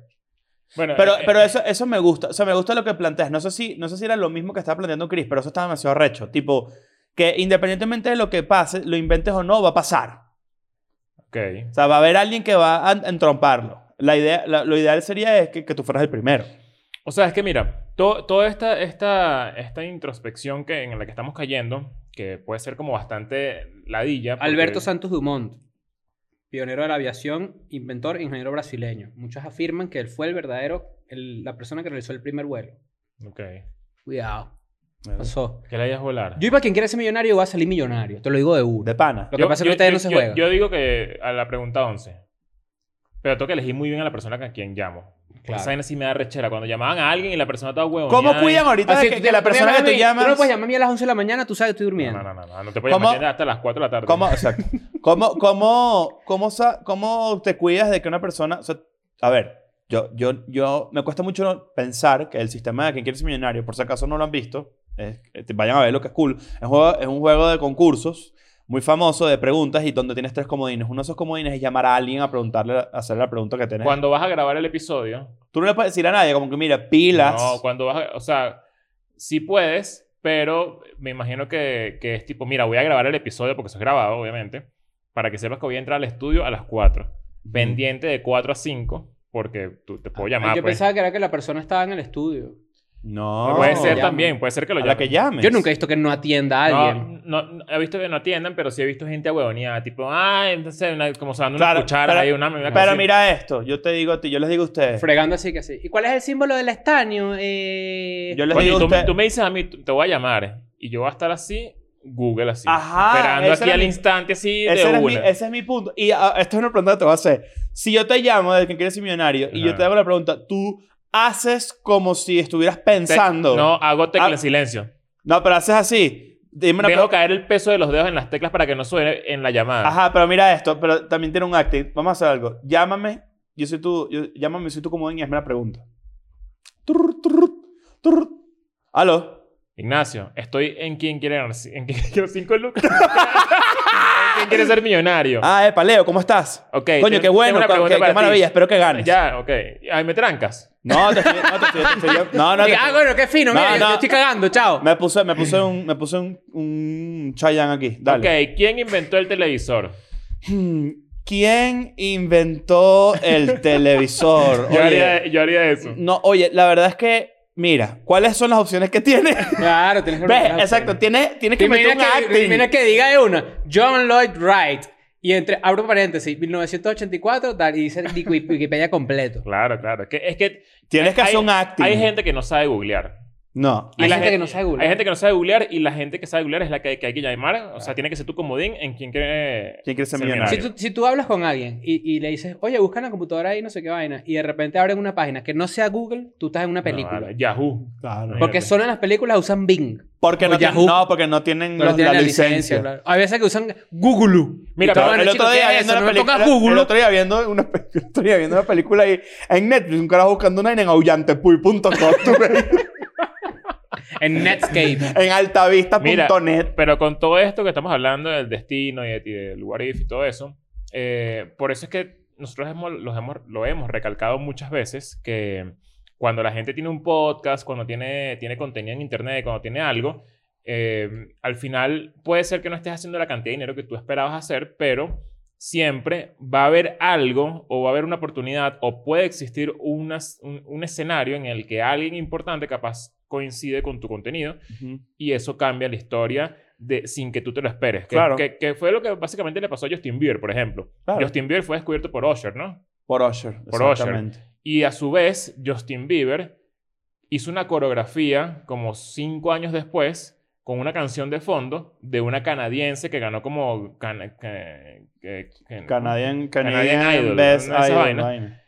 Speaker 2: Bueno,
Speaker 3: Pero,
Speaker 2: eh,
Speaker 3: pero
Speaker 2: eh,
Speaker 3: eso, eso me gusta. O sea, me gusta lo que planteas. No sé si, no sé si era lo mismo que estaba planteando Chris, pero eso está demasiado recho. Tipo, que independientemente de lo que pase, lo inventes o no, va a pasar.
Speaker 2: ok.
Speaker 3: O sea, va a haber alguien que va a en- entromparlo. La idea, la- lo ideal sería es que, que tú fueras el primero.
Speaker 2: O sea, es que mira, to- toda esta, esta, esta introspección que, en la que estamos cayendo, que puede ser como bastante ladilla. porque-
Speaker 4: Alberto Santos Dumont, pionero de la aviación, inventor, ingeniero brasileño. Muchos afirman que él fue el verdadero, el- la persona que realizó el primer vuelo.
Speaker 2: Ok.
Speaker 4: Cuidado, pasó.
Speaker 2: Que la hayas volar.
Speaker 4: Yo iba a quien quiera ser millonario, va a salir millonario. Te lo digo de una.
Speaker 3: De pana.
Speaker 4: Lo que pasa es que ahorita ya no se
Speaker 2: yo-
Speaker 4: juega.
Speaker 2: Yo digo que a la pregunta 11. Pero tengo que elegir muy bien a la persona a quien llamo.
Speaker 4: Claro.
Speaker 2: Esa vaina sí me da rechera. Cuando llamaban a alguien y la persona estaba huevón.
Speaker 3: ¿Cómo cuidan ahorita
Speaker 4: Así,
Speaker 3: de que,
Speaker 4: tú
Speaker 3: que
Speaker 4: te-
Speaker 3: la
Speaker 4: tú me
Speaker 3: persona que Ah, tú llamas...
Speaker 4: a mí- Tú no puedes llamar a mí a las 11 de la mañana, tú sabes que estoy
Speaker 2: No,
Speaker 4: durmiendo.
Speaker 2: no, no, no, no te puedes
Speaker 3: ¿Cómo-
Speaker 2: llamar hasta las 4 de la tarde.
Speaker 3: ¿Cómo, exacto. ¿Cómo, cómo, cómo, sa- cómo te cuidas de que una persona... o sea, a ver, yo, yo, yo... Me cuesta mucho pensar que el sistema de quien quiere ser millonario, por si acaso no lo han visto, Es- eh, vayan a ver lo que es cool. Es, un juego- es un juego de concursos muy famoso de preguntas y donde tienes tres comodines. Uno de esos comodines es llamar a alguien a preguntarle, a hacerle la pregunta que tienes.
Speaker 2: Cuando vas a grabar el episodio,
Speaker 3: Tú no le puedes decir a nadie, como que mira, pilas.
Speaker 2: No, cuando vas, a- o sea, sí puedes, pero me imagino que, que es tipo, mira, voy a grabar el episodio porque eso es grabado, obviamente, para que sepas que voy a entrar al estudio a las 4,
Speaker 3: Mm.
Speaker 2: pendiente de 4 a 5, porque tú te puedo llamar.
Speaker 4: Ah, yo
Speaker 2: pues.
Speaker 4: pensaba que era que la persona estaba en el estudio.
Speaker 3: No.
Speaker 2: puede ser
Speaker 4: llaman.
Speaker 2: también, puede ser que lo
Speaker 3: A la que llames.
Speaker 4: Yo nunca he visto que no atienda a
Speaker 2: No,
Speaker 4: alguien.
Speaker 2: no, no, he visto que no atiendan, pero sí he visto gente ahuevoneada, tipo, ah, entonces, una- como usando una
Speaker 3: Claro,
Speaker 2: cuchara
Speaker 3: pero-
Speaker 2: ahí, una, una cosa
Speaker 3: Pero
Speaker 2: así.
Speaker 3: mira esto, yo te digo a ti, yo les digo a ustedes.
Speaker 4: Fregando así que sí. ¿Y cuál es el símbolo del estaño? Eh...
Speaker 3: Yo les
Speaker 2: Coño,
Speaker 3: digo a
Speaker 2: tú, me-
Speaker 3: ustedes.
Speaker 2: tú me dices a mí, te voy a llamar, y yo voy a estar así, Google así,
Speaker 3: Ajá,
Speaker 2: esperando
Speaker 3: ese
Speaker 2: aquí
Speaker 3: era
Speaker 2: al
Speaker 3: mi-
Speaker 2: instante así de
Speaker 3: Ese, era
Speaker 2: una.
Speaker 3: mi, ese es mi punto. Y ah, esta es una pregunta que te voy a hacer. Si yo te llamo de que quieres ser millonario y yo
Speaker 2: Ajá.
Speaker 3: te hago la pregunta, tú haces como si estuvieras
Speaker 2: Te-
Speaker 3: pensando.
Speaker 2: No, hago tecla
Speaker 3: Ah.
Speaker 2: en silencio.
Speaker 3: No, pero haces así. Dime una
Speaker 2: Dejo
Speaker 3: pre-
Speaker 2: caer el peso de los dedos en las teclas para que no suene en la llamada.
Speaker 3: Ajá, pero mira esto, pero también tiene un acting. Vamos a hacer algo. Llámame, yo soy tú, yo- llámame, soy tú como y hazme la pregunta. Turr, turr, turr. Aló.
Speaker 2: Ignacio, estoy en quien quiere ganar ci- en quien quiero cinco lucas. en quien quiere ser millonario.
Speaker 3: Ah, epa, Leo, ¿cómo estás?
Speaker 2: ok.
Speaker 3: Coño, qué bueno, co- qué, qué maravilla, espero que ganes.
Speaker 2: Ya, ok. Ay, me trancas.
Speaker 3: No, te estoy, no, te estoy, te estoy- no, no,
Speaker 4: Y-
Speaker 3: te-
Speaker 4: ah, bueno, qué fino.
Speaker 3: No,
Speaker 4: mira, yo-
Speaker 3: no.
Speaker 4: yo estoy cagando. Chao.
Speaker 3: me puse, me puse un, me puse un, un Chayanne aquí. Dale.
Speaker 2: Ok, ¿quién inventó el televisor?
Speaker 3: Hmm, ¿Quién inventó el televisor?
Speaker 2: Yo,
Speaker 3: Oye,
Speaker 2: haría, yo haría eso.
Speaker 3: no, oye, la verdad es que, mira, ¿cuáles son las opciones que tiene?
Speaker 4: Claro, tienes que
Speaker 3: ¿Ves?
Speaker 4: preguntar,
Speaker 3: Exacto,
Speaker 4: pero-
Speaker 3: tiene, tiene que
Speaker 4: Te
Speaker 3: meter un
Speaker 4: imaginas que,
Speaker 3: acting.
Speaker 4: mira que diga de una. John Lloyd Wright. Y entre, abro paréntesis, 1984, tal, y dice Wiki- Wikipedia completo.
Speaker 2: Claro, claro. Es que, es que
Speaker 3: Tienes que
Speaker 2: hay,
Speaker 3: hacer un acting.
Speaker 2: hay gente que no sabe googlear.
Speaker 3: No.
Speaker 4: Hay
Speaker 2: la
Speaker 4: gente que no sabe googlear.
Speaker 2: Hay gente que no sabe googlear y la gente que sabe googlear es la que, que hay que llamar. O sea, tiene que ser tu comodín en quien quiere...
Speaker 3: ¿Quién quiere ser
Speaker 2: Ser
Speaker 3: millonario?
Speaker 4: Si tú, si tú hablas con alguien y, y le dices, oye, busca en la computadora ahí no sé qué vaina, y de repente abren una página que no sea Google, tú estás en una
Speaker 2: No,
Speaker 4: película.
Speaker 2: vale. Yahoo.
Speaker 3: Claro.
Speaker 4: Porque solo en las películas usan Bing.
Speaker 3: Porque
Speaker 4: O
Speaker 3: no, tienen,
Speaker 4: Yahoo.
Speaker 3: no, porque no tienen,
Speaker 4: No
Speaker 3: los-
Speaker 4: tienen
Speaker 3: la licencia.
Speaker 4: claro. Hay veces que usan Google.
Speaker 2: Mira,
Speaker 4: Y todo,
Speaker 2: pero
Speaker 4: bueno,
Speaker 3: el, otro
Speaker 4: chico, ¿qué
Speaker 3: día
Speaker 4: es
Speaker 3: viendo
Speaker 4: eso?
Speaker 3: una
Speaker 4: No me pongas
Speaker 3: película, el
Speaker 4: Google.
Speaker 3: otro día viendo una pe- el otro día viendo una película ahí en Netflix, un carajo buscando una vaina en aullantepuy.com, tú ves,
Speaker 4: En Netscape.
Speaker 3: en
Speaker 2: Mira,
Speaker 3: altavista.net.
Speaker 2: pero con todo esto que estamos hablando del destino y, de- y del what if y todo eso, eh, por eso es que nosotros hemos, los hemos, lo hemos recalcado muchas veces que cuando la gente tiene un podcast, cuando tiene, tiene contenido en internet, cuando tiene algo, eh, al final puede ser que no estés haciendo la cantidad de dinero que tú esperabas hacer, pero siempre va a haber algo o va a haber una oportunidad o puede existir unas- un, un escenario en el que alguien importante capaz coincide con tu contenido y eso cambia la historia de, sin que tú te lo esperes. Que,
Speaker 3: Claro.
Speaker 2: que, que fue lo que básicamente le pasó a Justin Bieber, por ejemplo.
Speaker 3: Claro.
Speaker 2: Justin Bieber fue descubierto por Usher, ¿no?
Speaker 3: Por Usher.
Speaker 2: Por Usher.
Speaker 3: exactamente.
Speaker 2: Y a su vez, Justin Bieber hizo una coreografía como cinco años después con una canción de fondo de una canadiense que ganó como... cana- que- que- que-
Speaker 3: Canadian, Canadian,
Speaker 2: Canadian Idol,
Speaker 3: Best
Speaker 2: ¿no? Esa
Speaker 3: Idol.
Speaker 2: vaina.
Speaker 3: vaina.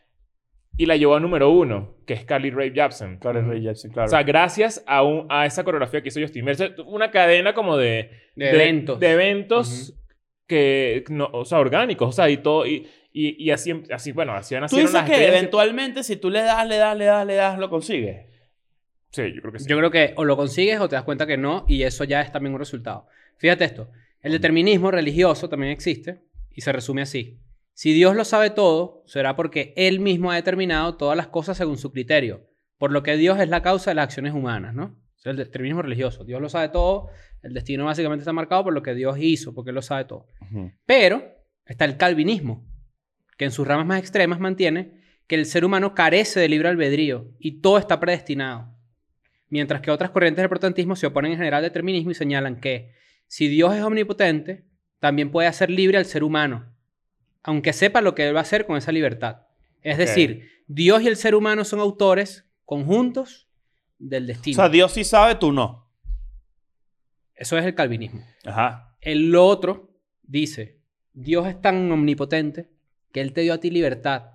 Speaker 2: Y la llevó a número uno, que es Carly Rae Jepsen.
Speaker 3: Claro, Ray Jepsen,
Speaker 2: O
Speaker 3: claro.
Speaker 2: sea, gracias a, un- a esa coreografía que hizo Justin Bieber. O sea, Una cadena como de...
Speaker 4: De, eventos.
Speaker 2: De eventos que, no, o sea, orgánicos, o sea, y todo, y, y, y así, así, bueno, así
Speaker 3: Tú
Speaker 2: nacieron
Speaker 3: dices
Speaker 2: las
Speaker 3: que
Speaker 2: estrellas
Speaker 3: eventualmente si tú le das, le das, le das, le das, lo consigues.
Speaker 2: Sí, yo creo que sí.
Speaker 4: Yo creo que o lo consigues o te das cuenta que no, y eso ya es también un resultado. Fíjate esto: el determinismo religioso también existe y se resume así. Si Dios lo sabe todo, será porque Él mismo ha determinado todas las cosas según su criterio, por lo que Dios es la causa de las acciones humanas, ¿no? O sea, el determinismo religioso. Dios lo sabe todo, el destino básicamente está marcado por lo que Dios hizo, porque Él lo sabe todo. Pero está el calvinismo, que en sus ramas más extremas mantiene que el ser humano carece de libre albedrío y todo está predestinado. Mientras que otras corrientes del protestantismo se oponen en general al determinismo y señalan que si Dios es omnipotente, también puede hacer libre al ser humano, aunque sepa lo que él va a hacer con esa libertad. Es
Speaker 2: Ok.
Speaker 4: decir, Dios y el ser humano son autores conjuntos del
Speaker 3: O
Speaker 4: destino.
Speaker 3: sea, Dios sí sabe, tú no.
Speaker 4: Eso es el calvinismo.
Speaker 3: Ajá.
Speaker 4: El otro dice, Dios es tan omnipotente que Él te dio a ti libertad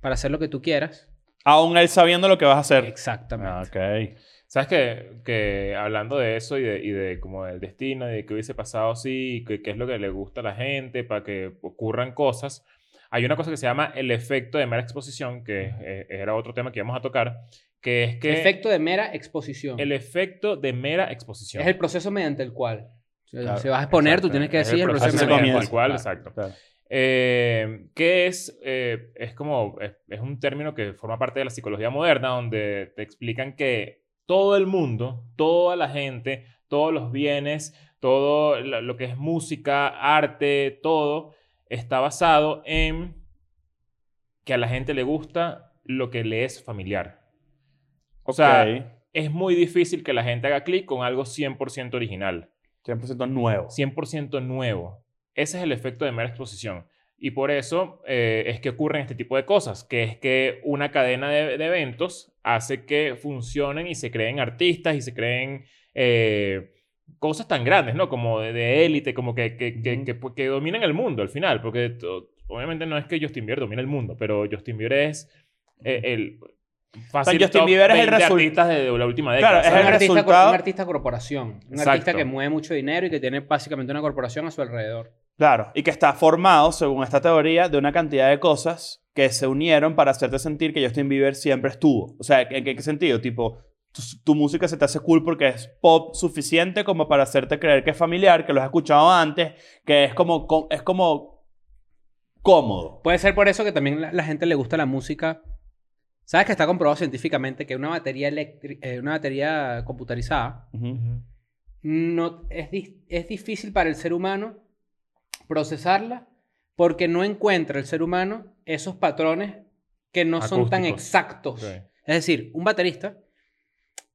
Speaker 4: para hacer lo que tú quieras.
Speaker 3: Aún él sabiendo lo que vas a hacer.
Speaker 4: Exactamente.
Speaker 3: Ah, Ok.
Speaker 2: ¿Sabes que, que hablando de eso y de, y de como del destino y de qué hubiese pasado si, qué qué es lo que le gusta a la gente para que ocurran cosas, e, hay una cosa que se llama el efecto de mera exposición, que eh, era otro tema que íbamos a tocar, que es que
Speaker 4: Efecto de mera exposición.
Speaker 2: el efecto de mera exposición.
Speaker 4: Es el proceso mediante el cual. Si
Speaker 3: Claro,
Speaker 4: se vas a exponer, tú
Speaker 2: Exacto,
Speaker 4: tienes que
Speaker 2: es
Speaker 4: decir el proceso
Speaker 3: proceso
Speaker 4: mediante
Speaker 3: mediante
Speaker 2: el cual, exacto.
Speaker 3: Claro.
Speaker 2: Eh, que es, eh, es como, es, es un término que forma parte de la psicología moderna, donde te explican que todo el mundo, toda la gente, todos los bienes, todo la- lo que es música, arte, todo, está basado en que a la gente le gusta lo que le es familiar. O sea,
Speaker 3: Ok.
Speaker 2: es muy difícil que la gente haga clic con algo 100% original.
Speaker 3: 100% nuevo.
Speaker 2: 100% nuevo. Ese es el efecto de mera exposición. Y por eso eh, es que ocurren este tipo de cosas, que es que una cadena de, de eventos hace que funcionen y se creen artistas y se creen eh, cosas tan grandes, ¿no? Como de- de élite, como que, que, que,
Speaker 3: Ujú.
Speaker 2: que, pues, que dominan el mundo al final, porque to- obviamente no es que Justin Bieber domine el mundo, pero Justin Bieber es eh, el... Fácil
Speaker 3: Justin
Speaker 2: top
Speaker 3: Bieber es el
Speaker 2: 20
Speaker 3: result-
Speaker 2: artistas de, de la última
Speaker 3: Claro,
Speaker 2: década.
Speaker 3: es
Speaker 2: ¿sabes?
Speaker 3: el
Speaker 4: un, artista, cor-
Speaker 3: resultado-
Speaker 4: un artista corporación. Un artista
Speaker 2: Exacto.
Speaker 4: que mueve mucho dinero y que tiene básicamente una corporación a su alrededor.
Speaker 3: Claro, y que está formado, según esta teoría, de una cantidad de cosas que se unieron para hacerte sentir que Justin Bieber siempre estuvo. O sea, ¿en qué, en qué sentido? Tipo, tu, tu música se te hace cool porque es pop suficiente como para hacerte creer que es familiar, que lo has escuchado antes, que es como, co- es como cómodo.
Speaker 4: Puede ser por eso que también la, la gente le gusta la música. ¿Sabes que está comprobado científicamente que una batería, electri- eh, una batería computarizada
Speaker 2: Ujú.
Speaker 4: no, es, dis- es difícil para el ser humano procesarla porque no encuentra el ser humano esos patrones que no son tan
Speaker 2: Acústicos.
Speaker 4: exactos.
Speaker 2: Ok.
Speaker 4: Es decir, un baterista,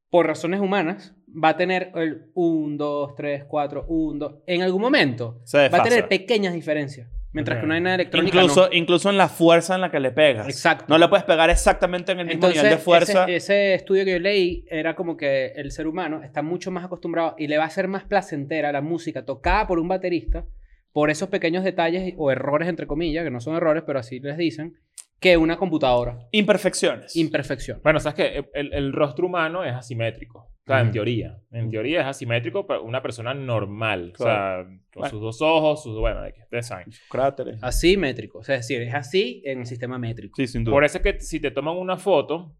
Speaker 4: por razones humanas, va a tener el 1, 2, 3, 4, 1, 2. En algún momento
Speaker 3: Se
Speaker 4: va a
Speaker 3: desfasa.
Speaker 4: tener pequeñas diferencias. Mientras
Speaker 2: Ok.
Speaker 4: que una vaina electrónica. no.
Speaker 3: Incluso, incluso en la fuerza en la que le pegas.
Speaker 4: Exacto.
Speaker 3: No le puedes pegar exactamente en el mismo
Speaker 4: Entonces,
Speaker 3: nivel de fuerza.
Speaker 4: Ese, ese estudio que yo leí era como que el ser humano está mucho más acostumbrado y le va a ser más placentera la música tocada por un baterista por esos pequeños detalles o errores, entre comillas, que no son errores, pero así les dicen, que una computadora.
Speaker 3: Imperfecciones.
Speaker 4: Imperfección.
Speaker 2: Bueno, sabes que el, el rostro humano es asimétrico. O sea, en
Speaker 4: Ujú.
Speaker 2: teoría. En
Speaker 3: Ujú.
Speaker 2: teoría es asimétrico para una persona normal. O sea, con
Speaker 3: Bueno.
Speaker 2: sus dos ojos, sus... Bueno, de que ustedes saben.
Speaker 3: Sus Cráteres.
Speaker 4: Asimétrico. O sea, es decir, es así en el sistema métrico.
Speaker 3: Sí, sin duda.
Speaker 2: Por eso es que si te toman una foto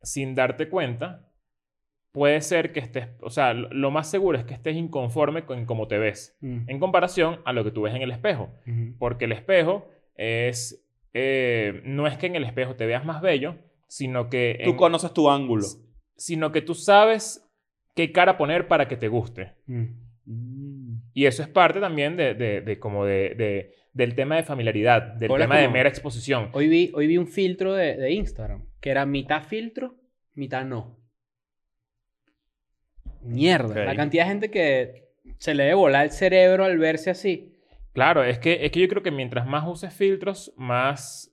Speaker 2: sin darte cuenta, puede ser que estés... O sea, lo, lo más seguro es que estés inconforme con cómo te ves.
Speaker 4: Mm.
Speaker 2: En comparación a lo que tú ves en el espejo.
Speaker 4: Ujú.
Speaker 2: Porque el espejo es... eh, no es que en el espejo te veas más bello, sino que...
Speaker 3: Tú
Speaker 2: en-
Speaker 3: conoces tu ángulo.
Speaker 2: sino que tú sabes qué cara poner para que te guste.
Speaker 4: Mm.
Speaker 2: Y eso es parte también de, de- de como de, de- del tema de familiaridad, del
Speaker 4: Hola,
Speaker 2: tema de
Speaker 4: ¿cómo?
Speaker 2: mera exposición.
Speaker 4: Hoy vi, hoy vi un filtro de, de Instagram que era mitad filtro, mitad no. Mierda.
Speaker 3: Ok.
Speaker 4: La cantidad de gente que se le debe volar el cerebro al verse así.
Speaker 2: Claro, es que, es que yo creo que mientras más uses filtros, más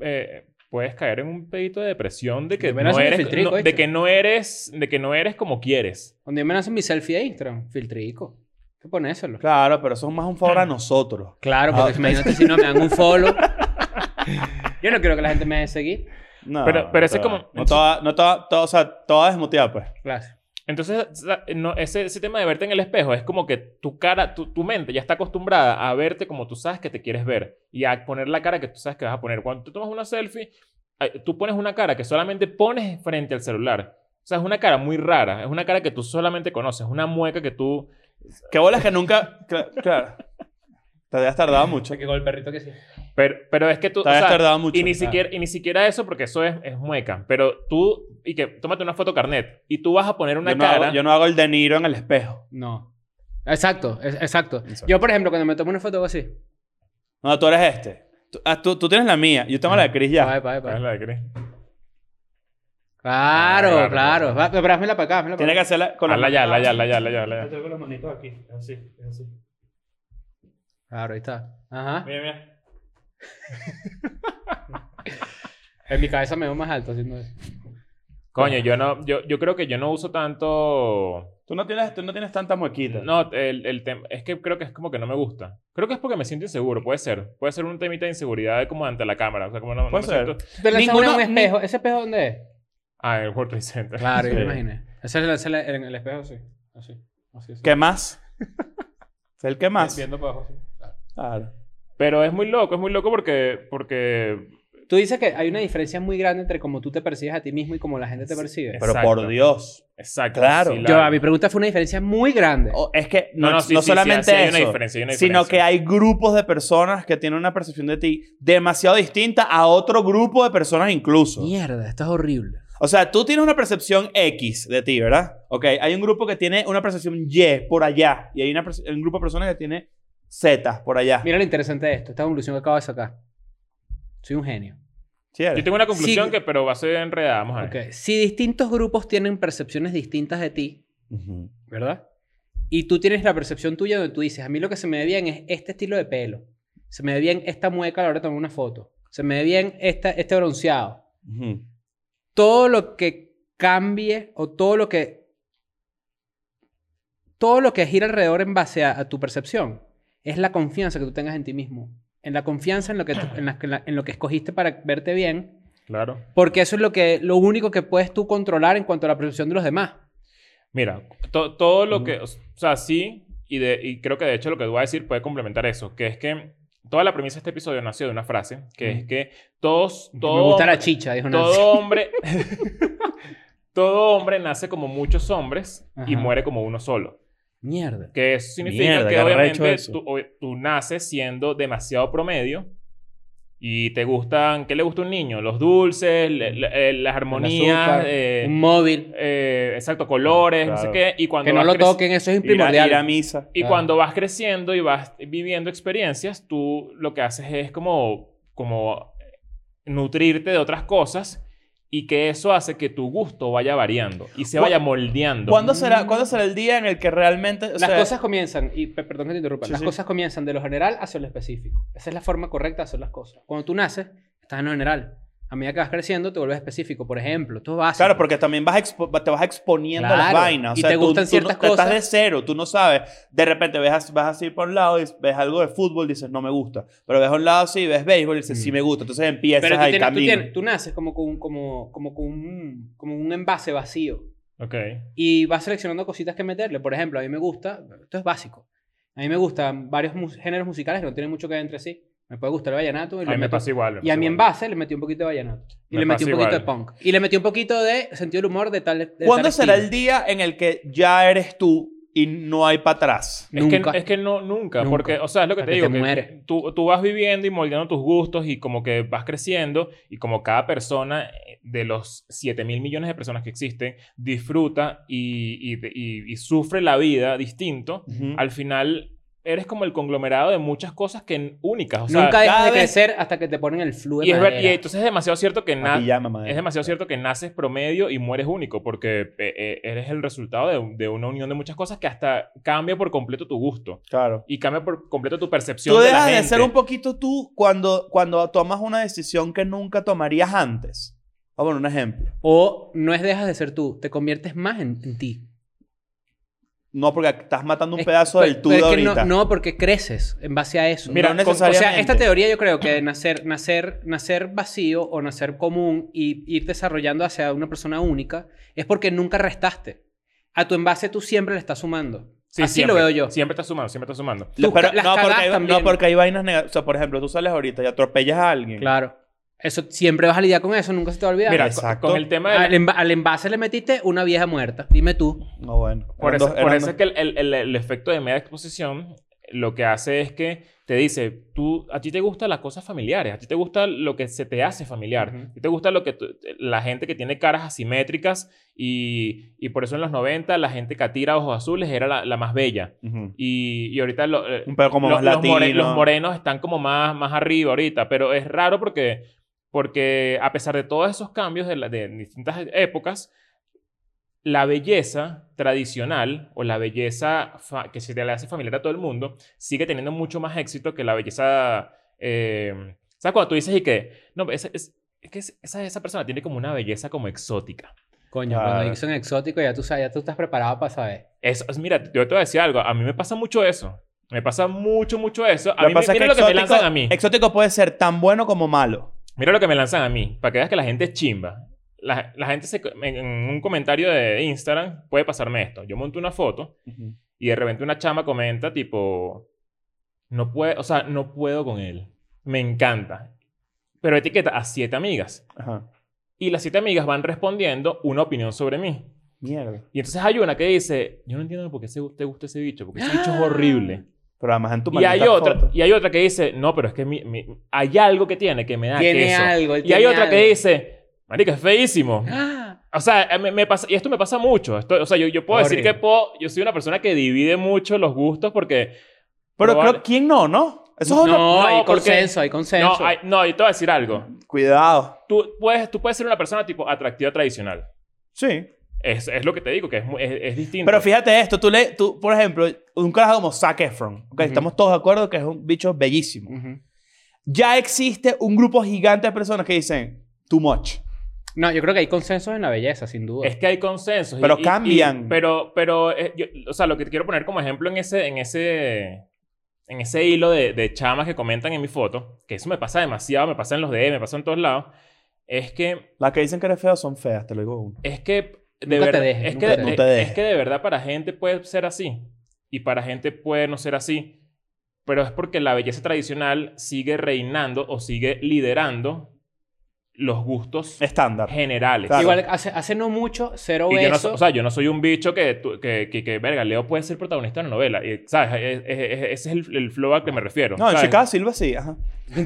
Speaker 2: eh, puedes caer en un pedito de depresión de que,
Speaker 4: Yo me nací
Speaker 2: no
Speaker 4: mi
Speaker 2: eres,
Speaker 4: filtrico,
Speaker 2: no- de
Speaker 4: ¿viste?
Speaker 2: que no eres de que no eres como quieres.
Speaker 4: Cuando yo me lanzo mi selfie de Instagram, filtrico. Hay que ponérselo. Claro,
Speaker 3: Claro, pero eso es más un favor
Speaker 2: Ah.
Speaker 3: a nosotros.
Speaker 4: porque
Speaker 3: Ah.
Speaker 4: imagínate si no me dan un follow. Yo no quiero que la gente me deje seguir.
Speaker 3: No,
Speaker 2: Pero- pero ese
Speaker 3: no te va.
Speaker 2: como-
Speaker 3: No toda, no toda, toda- o sea, toda desmuteada, pues.
Speaker 4: Gracias.
Speaker 2: Entonces, sa- no, ese, ese tema de verte en el espejo es como que tu cara, tu, tu mente ya está acostumbrada a verte como tú sabes que te quieres ver y a poner la cara que tú sabes que vas a poner. Cuando tú tomas una selfie, eh, tú pones una cara que solamente pones frente al celular. O sea, es una cara muy rara, es una cara que tú solamente conoces, una mueca que tú...
Speaker 3: Qué bolas que nunca. cla- Claro. Te habías tardado mucho.
Speaker 4: Te con el perrito que sí.
Speaker 2: Pero, pero es que tú...
Speaker 3: Te
Speaker 2: o
Speaker 3: habías
Speaker 2: sea,
Speaker 3: tardado mucho. ah.
Speaker 2: y, ni
Speaker 3: claro.
Speaker 2: siquiera, y ni siquiera eso porque eso es, es mueca. Pero tú... Y que tómate una foto carnet y tú vas a poner una
Speaker 3: yo, no
Speaker 2: cara...
Speaker 3: hago, yo no hago el de Niro en el espejo.
Speaker 4: No. Exacto, es- exacto,
Speaker 3: Exacto.
Speaker 4: Yo, por ejemplo, cuando me tomo una foto hago así.
Speaker 3: No, tú eres este. Tú, ah, tú, tú tienes la mía. Yo tengo la de Chris ya.
Speaker 4: Pa, pa, pa.
Speaker 2: Ah, es la de Chris.
Speaker 4: Claro,
Speaker 2: Claro,
Speaker 4: claro. Va, pero házmela para acá. Házmela para
Speaker 3: Tienes que
Speaker 4: acá.
Speaker 3: hacerla con
Speaker 2: Hazla ya, hazla ya, hazla ya, hazla ya, hazla ya.
Speaker 3: con los manitos aquí. Así, así.
Speaker 4: Claro, ahí está. Ajá.
Speaker 3: Mira, mira.
Speaker 4: En mi cabeza me veo más alto haciendo eso.
Speaker 2: Coño, yo no, yo, yo creo que yo no uso tanto.
Speaker 3: Tú no tienes, tú no tienes tanta muequita.
Speaker 2: No, el, el tema. Es que creo que es como que no me gusta. Creo que es porque me siento inseguro, puede ser. Puede ser un temita de inseguridad de como ante la cámara. O sea, como no, no
Speaker 3: Puede
Speaker 2: me
Speaker 3: ser.
Speaker 2: siento-
Speaker 4: Te lanzas
Speaker 3: Ninguno-
Speaker 4: una en un espejo. ¿Ese espejo dónde es?
Speaker 2: Ah, en el World Trade Center.
Speaker 4: Claro,
Speaker 3: yo
Speaker 4: yo
Speaker 3: me
Speaker 4: me
Speaker 3: Sí.
Speaker 4: imaginé. Ese es el, ese es el- en el espejo así. Así. así, así.
Speaker 3: ¿Qué más? es el que más.
Speaker 4: Viendo para abajo así.
Speaker 3: Claro.
Speaker 2: Pero es muy loco, es muy loco porque. porque
Speaker 4: ¿Tú Tú dices que hay una diferencia muy grande entre cómo tú te percibes a ti mismo y cómo la gente te
Speaker 2: Sí,
Speaker 4: percibe.
Speaker 2: es-
Speaker 3: Pero por
Speaker 2: Exacto.
Speaker 3: Dios.
Speaker 2: Exacto.
Speaker 3: Claro. Oh.
Speaker 2: sí,
Speaker 4: Yo, a mi pregunta fue una diferencia muy grande.
Speaker 3: O- es que no,
Speaker 2: No, no, sí,
Speaker 3: no
Speaker 2: sí, sí,
Speaker 3: solamente
Speaker 2: sí, hay
Speaker 3: eso,
Speaker 2: una diferencia, hay una
Speaker 3: sino
Speaker 2: diferencia.
Speaker 3: que hay grupos de personas que tienen una percepción de ti demasiado distinta a otro grupo de personas incluso.
Speaker 4: Mierda, esto es horrible.
Speaker 3: O sea, tú tienes una percepción X de ti, ¿verdad? Ok, hay un grupo que tiene una percepción Y por allá y hay una perce- un grupo de personas que tiene Z por allá.
Speaker 4: Mira lo interesante de esto, esta conclusión que acabo de sacar. Soy un genio.
Speaker 3: ¿Sí eres?
Speaker 2: Yo tengo una conclusión
Speaker 4: Sí.
Speaker 2: que, pero va a ser enredada. Vamos a ver.
Speaker 4: Ok, Si distintos grupos tienen percepciones distintas de ti,
Speaker 3: Ujú.
Speaker 4: ¿verdad? Y tú tienes la percepción tuya donde tú dices, a mí lo que se me ve bien es este estilo de pelo. Se me ve bien esta mueca a la hora de tomar una foto. Se me ve bien esta, este bronceado.
Speaker 3: Ujú.
Speaker 4: todo lo que cambie o todo lo que todo lo que gira alrededor en base a, a tu percepción es la confianza que tú tengas en ti mismo en la confianza en lo que tú- en, la- en la- en lo que escogiste para verte bien
Speaker 2: Claro.
Speaker 4: porque eso es lo que lo único que puedes tú controlar en cuanto a la percepción de los demás
Speaker 2: Mira, to- todo lo que, o sea, sí, y, de, y creo que de hecho lo que voy a decir puede complementar eso, que es que toda la premisa de este episodio nació de una frase, que es que todos, todo,
Speaker 4: me gusta la
Speaker 2: hombre-
Speaker 4: chicha dijo Nancy.
Speaker 2: todo hombre, todo hombre nace como muchos hombres y
Speaker 4: Ajá.
Speaker 2: muere como uno solo.
Speaker 4: mierda
Speaker 2: Que eso significa
Speaker 3: Mierda,
Speaker 2: que
Speaker 3: qué arrecho
Speaker 2: obviamente
Speaker 3: eso.
Speaker 2: tú, ob- tú naces siendo demasiado promedio y te gustan, ¿qué le gusta a un niño? Los dulces, le- le- eh, las armonías,
Speaker 4: azúcar,
Speaker 2: eh,
Speaker 4: un móvil
Speaker 2: eh, exacto, colores, no sé
Speaker 3: Claro.
Speaker 2: qué. Y cuando
Speaker 4: que no
Speaker 2: vas
Speaker 4: lo Ah.
Speaker 2: creci-
Speaker 4: toquen eso es
Speaker 3: Ir, a,
Speaker 4: primordial
Speaker 3: ir a misa.
Speaker 2: Y
Speaker 4: Claro.
Speaker 2: cuando vas creciendo y vas viviendo experiencias, tú lo que haces es como, como nutrirte de otras cosas y que eso hace que tu gusto vaya variando y se
Speaker 3: Cu-
Speaker 2: vaya moldeando.
Speaker 3: ¿Cuándo será, ¿Cuándo será el día en el que realmente... o
Speaker 4: las
Speaker 3: sea,
Speaker 4: cosas comienzan, y pe- perdón que te interrumpa,
Speaker 3: Sí,
Speaker 4: las
Speaker 3: sí.
Speaker 4: cosas comienzan de lo general hacia lo específico. Esa es la forma correcta de hacer las cosas. Cuando tú naces, estás en lo general. A medida que vas creciendo, te vuelves específico. Por ejemplo, tú vas.
Speaker 3: Claro, porque también vas expo- te vas exponiendo a las
Speaker 4: Claro,
Speaker 3: vainas. O
Speaker 4: y
Speaker 3: sea,
Speaker 4: te
Speaker 3: tú-
Speaker 4: gustan
Speaker 3: tú
Speaker 4: ciertas
Speaker 3: no- tú
Speaker 4: cosas.
Speaker 3: Estás de cero, tú no sabes. De repente ves, as- vas así por un lado y ves algo de fútbol y dices, no me gusta. Pero ves a un lado así, ves béisbol y dices,
Speaker 2: Mm.
Speaker 3: sí me gusta. Entonces empiezas
Speaker 4: Pero tú,
Speaker 3: ahí
Speaker 4: tienes- tú,
Speaker 3: camino.
Speaker 4: tienes- tú naces como con, un- como, como con un, como un envase vacío.
Speaker 2: Ok.
Speaker 4: Y vas seleccionando cositas que meterle. Por ejemplo, a mí me gusta, esto es básico. A mí me gustan varios mus- géneros musicales que no tienen mucho que ver entre sí. Me puede gustar el vallenato. Y
Speaker 2: A
Speaker 4: le
Speaker 2: mí me
Speaker 4: meto-
Speaker 2: pasa igual.
Speaker 4: Y
Speaker 2: me
Speaker 4: a
Speaker 2: pasa
Speaker 4: mi
Speaker 2: igual.
Speaker 4: envase le metí un poquito de vallenato. Y
Speaker 2: Me
Speaker 4: le metí un
Speaker 2: pasa
Speaker 4: poquito de
Speaker 2: igual.
Speaker 4: punk. Y le metí un poquito de sentido del humor de tal. de tal
Speaker 3: ¿Cuándo será el
Speaker 4: estilo.
Speaker 3: día en el que ya eres tú y no hay para atrás?
Speaker 2: Es que,
Speaker 4: Nunca.
Speaker 2: es que no, nunca,
Speaker 4: Nunca.
Speaker 2: porque, o sea, es lo que
Speaker 4: Hasta
Speaker 2: te
Speaker 4: que
Speaker 2: digo,
Speaker 4: te
Speaker 2: que
Speaker 4: mueres.
Speaker 2: tú, tú vas viviendo y moldeando tus gustos y como que vas creciendo y como cada persona eh, de los 7 mil millones de personas que existen disfruta y, y- y- y sufre la vida distinto,
Speaker 3: Ujú.
Speaker 2: al final eres como el conglomerado de muchas cosas que n- únicas, o sea,
Speaker 4: Nunca dejas
Speaker 3: cada
Speaker 4: de
Speaker 3: vez-
Speaker 4: crecer hasta que te ponen el flu de
Speaker 2: y, es ver- y
Speaker 4: madera.
Speaker 2: entonces es demasiado cierto que
Speaker 3: A ti
Speaker 2: nada...
Speaker 3: ya, mamá.
Speaker 2: Es demasiado cierto que naces promedio y mueres único, porque eh, eh, eres el resultado de, un- de una unión de muchas cosas que hasta cambia por completo tu gusto
Speaker 3: Claro.
Speaker 2: y cambia por completo tu percepción
Speaker 3: Tú
Speaker 2: de la
Speaker 3: dejas de,
Speaker 2: gente.
Speaker 3: ser un poquito tú cuando, cuando tomas una decisión que nunca tomarías antes. Vamos a poner un ejemplo.
Speaker 4: O no es dejas de ser tú, te conviertes más en, en ti.
Speaker 3: No, porque estás matando un
Speaker 4: Es-
Speaker 3: pedazo
Speaker 4: pero-
Speaker 3: del tú de
Speaker 4: pero es que no-
Speaker 3: ahorita.
Speaker 4: No, porque creces en base a eso.
Speaker 3: Mira,
Speaker 2: Mira,
Speaker 3: no
Speaker 2: con- o sea,
Speaker 4: o
Speaker 3: necesariamente.
Speaker 4: sea, esta teoría yo creo que nacer, nacer, nacer vacío o nacer común y ir desarrollando hacia una persona única es porque nunca restaste. A tu envase tú siempre le estás sumando.
Speaker 2: Sí,
Speaker 4: Así
Speaker 2: siempre.
Speaker 4: lo veo yo.
Speaker 2: Siempre está sumando, siempre está sumando.
Speaker 3: Le-
Speaker 4: Tus
Speaker 3: pero-
Speaker 4: ca- las
Speaker 3: no, porque
Speaker 4: cagadas
Speaker 3: hay, no,
Speaker 4: también.
Speaker 3: porque hay vainas negativas. O sea, por ejemplo, tú sales ahorita y atropellas a alguien.
Speaker 4: Claro. Eso siempre vas a lidiar con eso, nunca se te va a olvidar.
Speaker 2: Mira, con-
Speaker 3: exacto.
Speaker 2: con el tema de... la-
Speaker 4: al, enva- al envase Ah, le metiste una vieja muerta. Dime tú.
Speaker 3: No, bueno.
Speaker 2: por
Speaker 3: Eran
Speaker 2: eso,
Speaker 3: dos-
Speaker 2: por
Speaker 3: eran
Speaker 2: eso
Speaker 3: dos-
Speaker 2: es que el, el- el- el efecto de media exposición lo que hace es que te dice, tú, a ti te gustan las cosas familiares, a ti te gusta lo que se te hace familiar,
Speaker 4: Ujú.
Speaker 2: a ti te gusta lo que tú- la gente que tiene caras asimétricas y, y por eso en los 90 la gente que atira ojos azules era la, la más bella.
Speaker 3: Ujú.
Speaker 2: Y, y ahorita lo- eh,
Speaker 3: Un pedo como
Speaker 2: los,
Speaker 3: más
Speaker 2: los more-
Speaker 3: latino.
Speaker 2: los morenos están como más, más arriba ahorita, pero es raro porque, porque a pesar de todos esos cambios de, la- de distintas épocas, la belleza tradicional o la belleza fa- que se le hace familiar a todo el mundo sigue teniendo mucho más éxito que la belleza... eh, ¿Sabes cuando tú dices y que... No, esa- es, es que es- esa, esa persona tiene como una belleza como exótica.
Speaker 4: Coño,
Speaker 3: Claro.
Speaker 4: cuando dicen exótico ya tú sabes, ya tú estás preparado para saber.
Speaker 2: Eso, es- mira, yo te voy a decir algo. A mí me pasa mucho eso. Me pasa mucho, mucho eso. A
Speaker 3: Lo
Speaker 2: mí
Speaker 3: que pasa
Speaker 2: me,
Speaker 3: es
Speaker 2: mira
Speaker 3: que
Speaker 2: lo que me
Speaker 3: exótico-
Speaker 2: lanzan a mí.
Speaker 3: Exótico puede ser tan bueno como malo.
Speaker 2: Mira lo que me lanzan a mí, para que veas que la gente es chimba. La, la gente se, co- en, en un comentario de Instagram puede pasarme esto. Yo monto una foto y de repente una chama comenta tipo, no puedo, o sea, no puedo con él. Me encanta. pero etiqueta a siete amigas.
Speaker 3: Ajá.
Speaker 2: Y las siete amigas van respondiendo una opinión sobre mí.
Speaker 3: Mierda.
Speaker 2: Y entonces hay una que dice, yo no entiendo por qué se- te gusta ese bicho, porque ese bicho es horrible.
Speaker 3: Pero además en ¡Ah! tu
Speaker 2: Y hay,
Speaker 3: maldita
Speaker 2: otra,
Speaker 3: foto.
Speaker 2: y hay otra que dice, no, pero es que mi- mi- hay algo que tiene que me da
Speaker 4: Tiene
Speaker 2: queso.
Speaker 4: algo, él
Speaker 2: y hay
Speaker 4: tiene
Speaker 2: otra que
Speaker 4: algo.
Speaker 2: dice, marica, es feísimo.
Speaker 4: ¡Ah!
Speaker 2: O sea, eh, me, me pasa, y esto me pasa mucho. Esto, o sea, yo, yo puedo decir
Speaker 4: Horrible.
Speaker 2: que puedo, yo soy una persona que divide mucho los gustos porque...
Speaker 3: Pero
Speaker 2: Probable-
Speaker 3: creo, ¿quién no, no? Eso es
Speaker 4: No,
Speaker 3: otra-
Speaker 4: hay
Speaker 2: no, porque-
Speaker 4: consenso, hay consenso.
Speaker 2: No, hay- no, yo te voy a decir algo.
Speaker 3: Cuidado.
Speaker 2: Tú puedes, tú puedes ser una persona tipo atractiva tradicional.
Speaker 3: Sí.
Speaker 2: Es, es lo que te digo, que es, mu- es, es distinto.
Speaker 3: Pero fíjate esto, tú le, tú, por ejemplo, un carajo como Zac Efron, ¿ok?
Speaker 4: Ujú.
Speaker 3: estamos todos de acuerdo que es un bicho bellísimo.
Speaker 4: Ujú.
Speaker 3: Ya existe un grupo gigante de personas que dicen too much.
Speaker 4: No, yo creo que hay consensos en la belleza, sin duda.
Speaker 2: Es que hay consensos. y-
Speaker 3: Pero
Speaker 2: y- y-
Speaker 3: cambian.
Speaker 2: pero, pero, eh, yo- o sea, lo que te quiero poner como ejemplo en ese, en ese, en ese hilo de, de chamas que comentan en mi foto, que eso me pasa demasiado, me pasa en los DM, me pasa en todos lados, es que,
Speaker 3: Las que dicen que eres feo son feas, te lo digo uno.
Speaker 2: es que, de
Speaker 4: Nunca te
Speaker 2: verdad,
Speaker 4: dejes,
Speaker 2: es,
Speaker 4: nunca te
Speaker 2: que, eh,
Speaker 3: dejes. No te dejes.
Speaker 2: es que de verdad para gente puede ser así y para gente puede no ser así, pero es porque la belleza tradicional sigue reinando o sigue liderando los gustos
Speaker 3: Estándar.
Speaker 2: generales.
Speaker 3: Claro.
Speaker 4: Igual hace, hace no mucho, cero
Speaker 2: Y yo no,
Speaker 4: beso.
Speaker 2: so- o sea, yo no soy un bicho que, tú- que, que, que, verga, Leo puede ser protagonista de una novela. Y, ¿Sabes? E, Es- es- es- ese es el, el flow al que me refiero.
Speaker 3: No, en
Speaker 2: ¿sabes?
Speaker 3: Chicago Silva sí, ajá.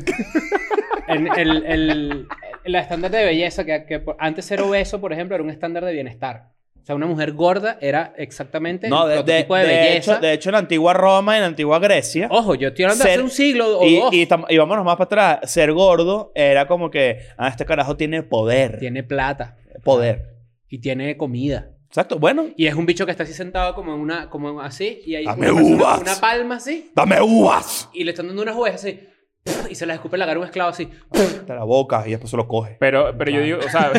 Speaker 4: En el, el- el estándar de belleza, que, que por- antes ser obeso, por ejemplo, era un estándar de bienestar. O sea, una mujer gorda era exactamente
Speaker 3: No,
Speaker 4: el
Speaker 3: de, de-
Speaker 4: prototipo de,
Speaker 3: de
Speaker 4: belleza.
Speaker 3: hecho, de hecho, en la antigua Roma y en la antigua Grecia.
Speaker 4: Ojo, yo estoy hablando de
Speaker 3: Ser-
Speaker 4: hace un siglo o
Speaker 3: y,
Speaker 4: dos.
Speaker 3: y tam- y vámonos más para atrás. Ser gordo era como que, ah, este carajo tiene poder.
Speaker 4: Tiene plata
Speaker 3: Poder.
Speaker 4: y tiene comida.
Speaker 3: Exacto. Bueno,
Speaker 4: Y es un bicho que está así sentado como en una, como en- así, y hay una,
Speaker 3: Dame
Speaker 4: persona
Speaker 3: uvas.
Speaker 4: con una palma así,
Speaker 3: dame uvas.
Speaker 4: y le están dando unas uvas así, y se las escupe en la cara a un esclavo así.
Speaker 3: Te la boca y después se lo coge.
Speaker 2: Pero, pero
Speaker 3: Ah.
Speaker 2: yo digo, o sea,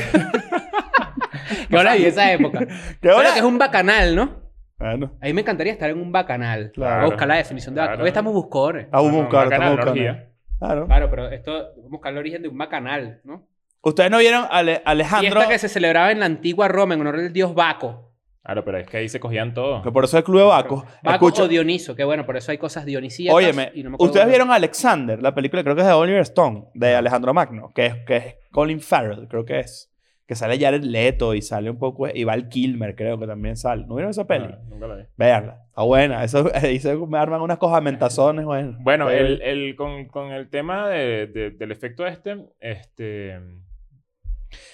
Speaker 4: Yo la vi esa época.
Speaker 3: ¿Qué hora?
Speaker 4: Claro que es un bacanal, ¿no?
Speaker 3: Bueno,
Speaker 4: A mí me encantaría estar en un bacanal.
Speaker 3: Claro.
Speaker 4: Voy a buscar la definición de
Speaker 2: Claro.
Speaker 4: bacanal. Hoy estamos buscones.
Speaker 3: Ah, vamos a
Speaker 2: no,
Speaker 3: buscar,
Speaker 2: bacana,
Speaker 3: estamos
Speaker 2: no,
Speaker 3: buscando.
Speaker 2: orgía.
Speaker 3: Claro.
Speaker 4: Claro, pero esto, vamos a buscar el origen de un bacanal, ¿no?
Speaker 3: Ustedes no vieron a Ale- Alejandro.
Speaker 4: Fiesta que se celebraba en la antigua Roma en honor del dios Baco.
Speaker 2: Claro, pero es que ahí se cogían
Speaker 3: Que
Speaker 2: todo.
Speaker 3: por eso el club de Bacos.
Speaker 4: Baco
Speaker 3: Escucha.
Speaker 4: o Dioniso, que bueno, por eso hay cosas dionisíacas.
Speaker 3: Óyeme,
Speaker 4: y no me acuerdo
Speaker 3: ustedes
Speaker 4: cuál-
Speaker 3: vieron a Alexander, la película creo que es de Oliver Stone, de Alejandro Magno, que es, que es Colin Farrell, creo que es. Que sale Jared Leto y sale un poco. Y Val Kilmer, creo que también sale. ¿No vieron esa peli?
Speaker 2: Ah, nunca la vi.
Speaker 3: Veanla. Está buena. Eso, ahí se me arman unas cojamentazones, bueno.
Speaker 2: Bueno,
Speaker 3: Pero-
Speaker 2: el, el- con, con el tema de- de- del efecto este, este,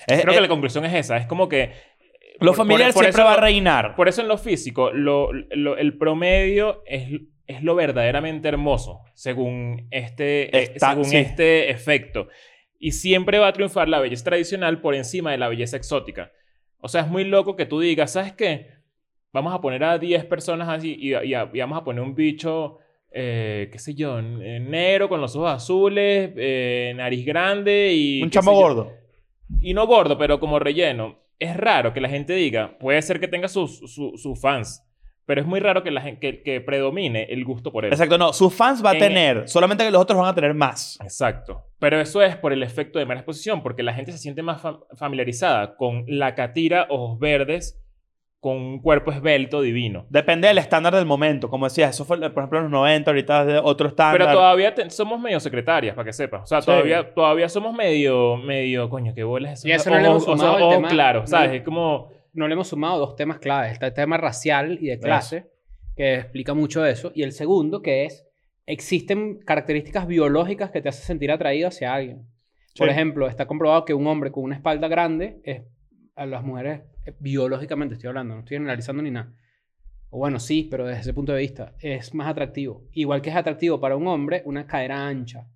Speaker 3: es-
Speaker 2: creo que
Speaker 3: es-
Speaker 2: la conclusión es esa. Es como que... eh,
Speaker 3: Eh, lo
Speaker 2: por-
Speaker 3: familiar
Speaker 2: por- por
Speaker 3: siempre
Speaker 2: eso
Speaker 3: va a
Speaker 2: lo-
Speaker 3: reinar.
Speaker 2: Por eso en lo físico, lo- lo- el promedio es, es lo verdaderamente hermoso, según, este, eh,
Speaker 3: Está-
Speaker 2: según
Speaker 3: sí.
Speaker 2: este efecto. Y siempre va a triunfar la belleza tradicional por encima de la belleza exótica. O sea, es muy loco que tú digas, ¿sabes qué? Vamos a poner a 10 personas así y, y- y vamos a poner un bicho, eh, qué sé yo, n- negro con los ojos azules, eh, nariz grande y...
Speaker 3: un
Speaker 2: qué
Speaker 3: chamo
Speaker 2: sé yo
Speaker 3: gordo.
Speaker 2: y no gordo, pero como relleno, es raro que la gente diga, puede ser que tenga sus, su- sus fans, pero es muy raro que, la gente, que, que predomine el gusto por él.
Speaker 3: Exacto, no. Sus fans va a
Speaker 2: En-
Speaker 3: tener, solamente que los otros van a tener más.
Speaker 2: Exacto. Pero eso es por el efecto de mera exposición, porque la gente se siente más fam- familiarizada con la catira, ojos verdes, con un cuerpo esbelto divino.
Speaker 3: Depende del estándar del momento. Como decías, eso fue, por ejemplo, en los 90, ahorita es de otro
Speaker 4: Ah,
Speaker 3: estándar.
Speaker 2: Pero todavía te- somos medio secretarias, para que sepas. O sea,
Speaker 3: Sí.
Speaker 2: todavía, todavía somos medio, medio, coño, qué bolas esos
Speaker 4: Y eso no le hemos
Speaker 2: ojos-
Speaker 4: sumado
Speaker 2: ojos-
Speaker 4: al
Speaker 2: ojos
Speaker 4: tema-
Speaker 2: claros, ¿sabes?
Speaker 4: no le-
Speaker 2: Es como...
Speaker 4: no le hemos sumado dos temas claves. Está el tema racial y de clase, que explica mucho eso. Y el segundo, que es, existen características biológicas que te hacen sentir atraído hacia alguien. Por
Speaker 3: Sí.
Speaker 4: ejemplo, está comprobado que un hombre con una espalda grande es, a las mujeres, eh, biológicamente estoy hablando, no estoy analizando ni nada. O bueno, sí, pero desde ese punto de vista es más atractivo. Igual que es atractivo para un hombre una cadera ancha.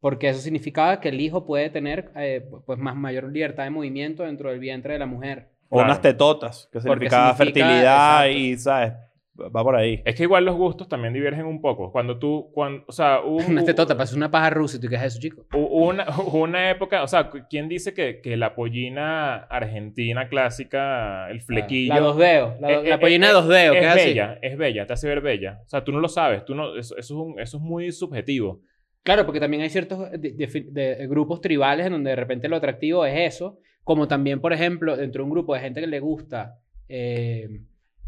Speaker 4: Porque eso significaba que el hijo puede tener eh, pues más mayor libertad de movimiento dentro del vientre de la mujer.
Speaker 3: O unas
Speaker 2: Claro.
Speaker 3: tetotas, que significaba
Speaker 4: significa-
Speaker 3: fertilidad
Speaker 4: exacto.
Speaker 3: y, ¿sabes? Va por ahí.
Speaker 2: Es que igual los gustos también divergen un poco. Cuando tú, cuando, o sea, un,
Speaker 4: Una
Speaker 2: Uh.
Speaker 4: tetota, parece una paja rusa. ¿Y tú qué es eso, chico?
Speaker 2: Hubo una, hubo una época, o sea, ¿quién dice que, que la pollina argentina clásica, el flequillo.
Speaker 4: Ah, La dos dedos. La,
Speaker 2: eh,
Speaker 4: do- la
Speaker 2: eh,
Speaker 4: pollina
Speaker 2: eh,
Speaker 4: de dos dedos. ¿Qué
Speaker 2: es
Speaker 4: es así?
Speaker 2: bella, es bella, te hace ver bella. O sea, tú no lo sabes, tú no, eso, eso es, un- eso es muy subjetivo.
Speaker 4: Claro, porque también hay ciertos de- de- de grupos tribales en donde de repente lo atractivo es eso. Como también, por ejemplo, dentro de un grupo de gente que le gusta eh,